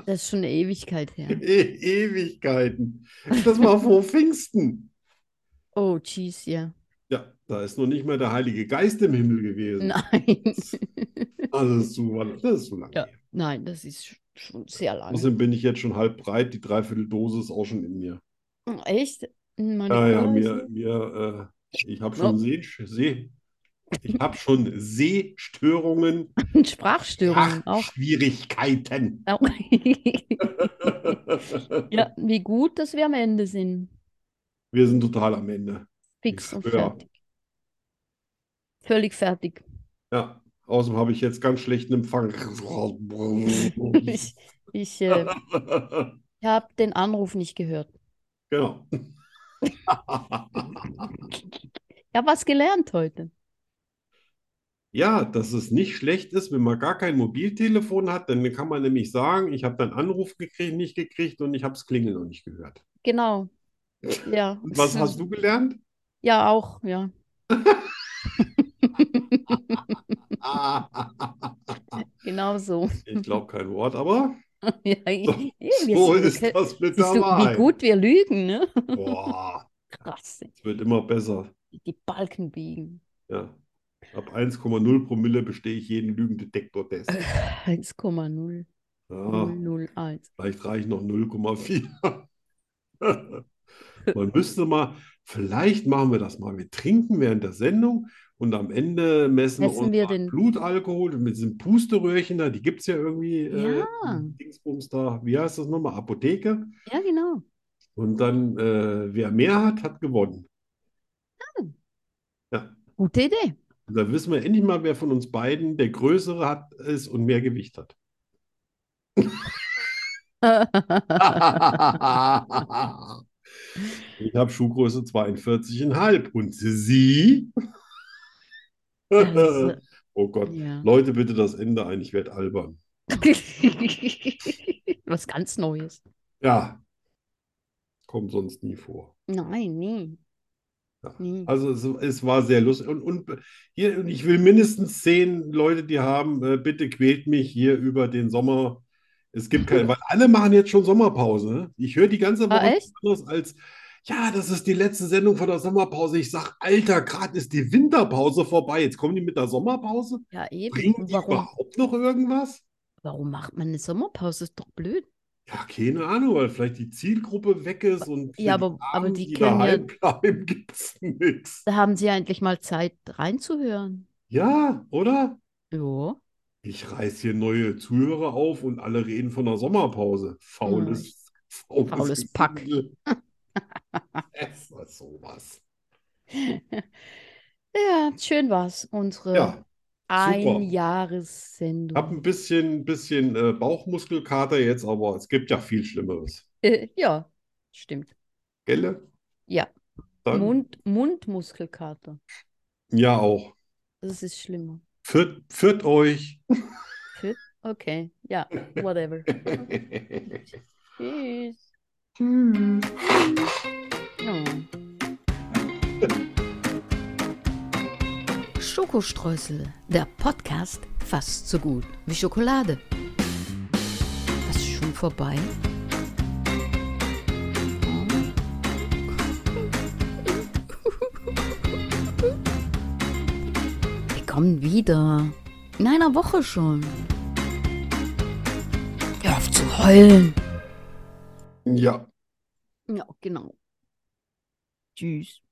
S2: Das ist schon eine Ewigkeit her.
S1: E Ewigkeiten. Das war vor Pfingsten.
S2: Oh, jeez, ja.
S1: Ja, da ist noch nicht mal der Heilige Geist im Himmel gewesen.
S2: Nein.
S1: Also das ist zu, das ist zu lange
S2: Ja.
S1: her.
S2: Nein, das ist sch- schon sehr lange.
S1: Außerdem bin ich jetzt schon halb breit, die Dreivierteldosis ist auch schon in mir.
S2: Hm, Echt? Meine
S1: Ja, ja,
S2: Ohren
S1: mir,
S2: sind-
S1: mir, äh, ich habe
S2: Ja.
S1: schon Seh, Seh, ich habe schon Sehstörungen,
S2: Sprachstörungen auch.
S1: Schwierigkeiten.
S2: Au. ja, wie gut, dass wir am Ende sind.
S1: Wir sind total am Ende.
S2: Fix
S1: Ich
S2: und
S1: schwör.
S2: fertig. Völlig fertig.
S1: Ja, außerdem habe ich jetzt ganz schlechten Empfang. Oh.
S2: Ich, ich äh, habe den Anruf nicht gehört.
S1: Genau.
S2: Ich habe was gelernt heute.
S1: Ja, dass es nicht schlecht ist, wenn man gar kein Mobiltelefon hat, dann kann man nämlich sagen, ich habe deinen Anruf gekriegt, nicht gekriegt und ich habe das Klingeln noch nicht gehört.
S2: Genau. Ja.
S1: Und was hast du gelernt?
S2: Ja, auch, ja. Genau so.
S1: Ich glaube kein Wort, aber
S2: Ja, eh,
S1: So-
S2: eh, wir
S1: so
S2: sind-
S1: ist
S2: wir-
S1: das mit
S2: Siehst
S1: der
S2: du, wie
S1: Wahrheit.
S2: gut wir lügen, ne?
S1: Boah,
S2: Krass,
S1: es wird immer besser.
S2: die Balken biegen.
S1: Ja. Ab 1,0 Promille bestehe ich jeden Lügendetektortest.
S2: 1,001.
S1: Ja, vielleicht reichen noch 0,4. Man müsste mal, vielleicht machen wir das mal. Wir trinken während der Sendung und am Ende messen
S2: Messen wir
S1: unseren
S2: den-
S1: Blutalkohol mit diesem Pusteröhrchen da. Die gibt es ja irgendwie. äh,
S2: Ja.
S1: in Dingsbums da. Wie heißt das nochmal? Apotheke.
S2: Ja, genau.
S1: Und dann, äh, wer mehr hat, hat gewonnen. Ja.
S2: Gute Idee.
S1: Und dann wissen wir endlich mal, wer von uns beiden der Größere hat ist und mehr Gewicht hat. Ich habe Schuhgröße 42,5 und sie.
S2: Also,
S1: Oh Gott.
S2: ja.
S1: Leute, bitte das Ende ein, ich werde albern.
S2: Was ganz Neues.
S1: Ja. Kommt sonst nie vor.
S2: Nein, nie.
S1: Ja.
S2: Nie.
S1: Also es, es war sehr lustig. Und, und hier, und ich will mindestens zehn Leute, die haben, äh, bitte quält mich hier über den Sommer. Es gibt keine, weil alle machen jetzt schon Sommerpause. Ne? Ich höre die ganze
S2: Ah,
S1: Woche
S2: echt?
S1: nichts anderes als, ja, das ist die letzte Sendung von der Sommerpause. Ich sag, Alter, gerade ist die Winterpause vorbei. Jetzt kommen die mit der Sommerpause.
S2: Ja, eben.
S1: Bringen
S2: Und
S1: die
S2: Warum,
S1: überhaupt noch irgendwas?
S2: warum macht man eine Sommerpause? Ist doch blöd.
S1: Ja, keine Ahnung, weil vielleicht die Zielgruppe weg ist und für
S2: Ja,
S1: die
S2: aber- aber
S1: Armen,
S2: die
S1: die
S2: können ja-
S1: daheim bleiben, gibt's nichts.
S2: Da haben sie ja endlich mal Zeit reinzuhören.
S1: Ja, oder?
S2: Ja.
S1: Ich reiß hier neue Zuhörer auf und alle reden von der Sommerpause. Faules, faules,
S2: Faules Hm. Pack.
S1: Gesindel. Es war sowas.
S2: Ja, schön war's. Unsere
S1: Ja,
S2: Einjahressendung.
S1: hab ein bisschen, bisschen äh, Bauchmuskelkater jetzt, aber es gibt ja viel Schlimmeres.
S2: Äh, ja, stimmt.
S1: Gelle?
S2: Ja.
S1: Dann,
S2: Mund, Mundmuskelkater.
S1: ja auch.
S2: Das ist schlimmer.
S1: Führt, führt euch.
S2: Okay, ja, whatever. Tschüss. Oh.
S3: Schokostreusel, der Podcast fast so gut wie Schokolade. Was ist schon vorbei? Wir kommen wieder. In einer Woche schon. Hör auf zu heulen.
S1: Ja.
S2: Ja, genau. Tschüss.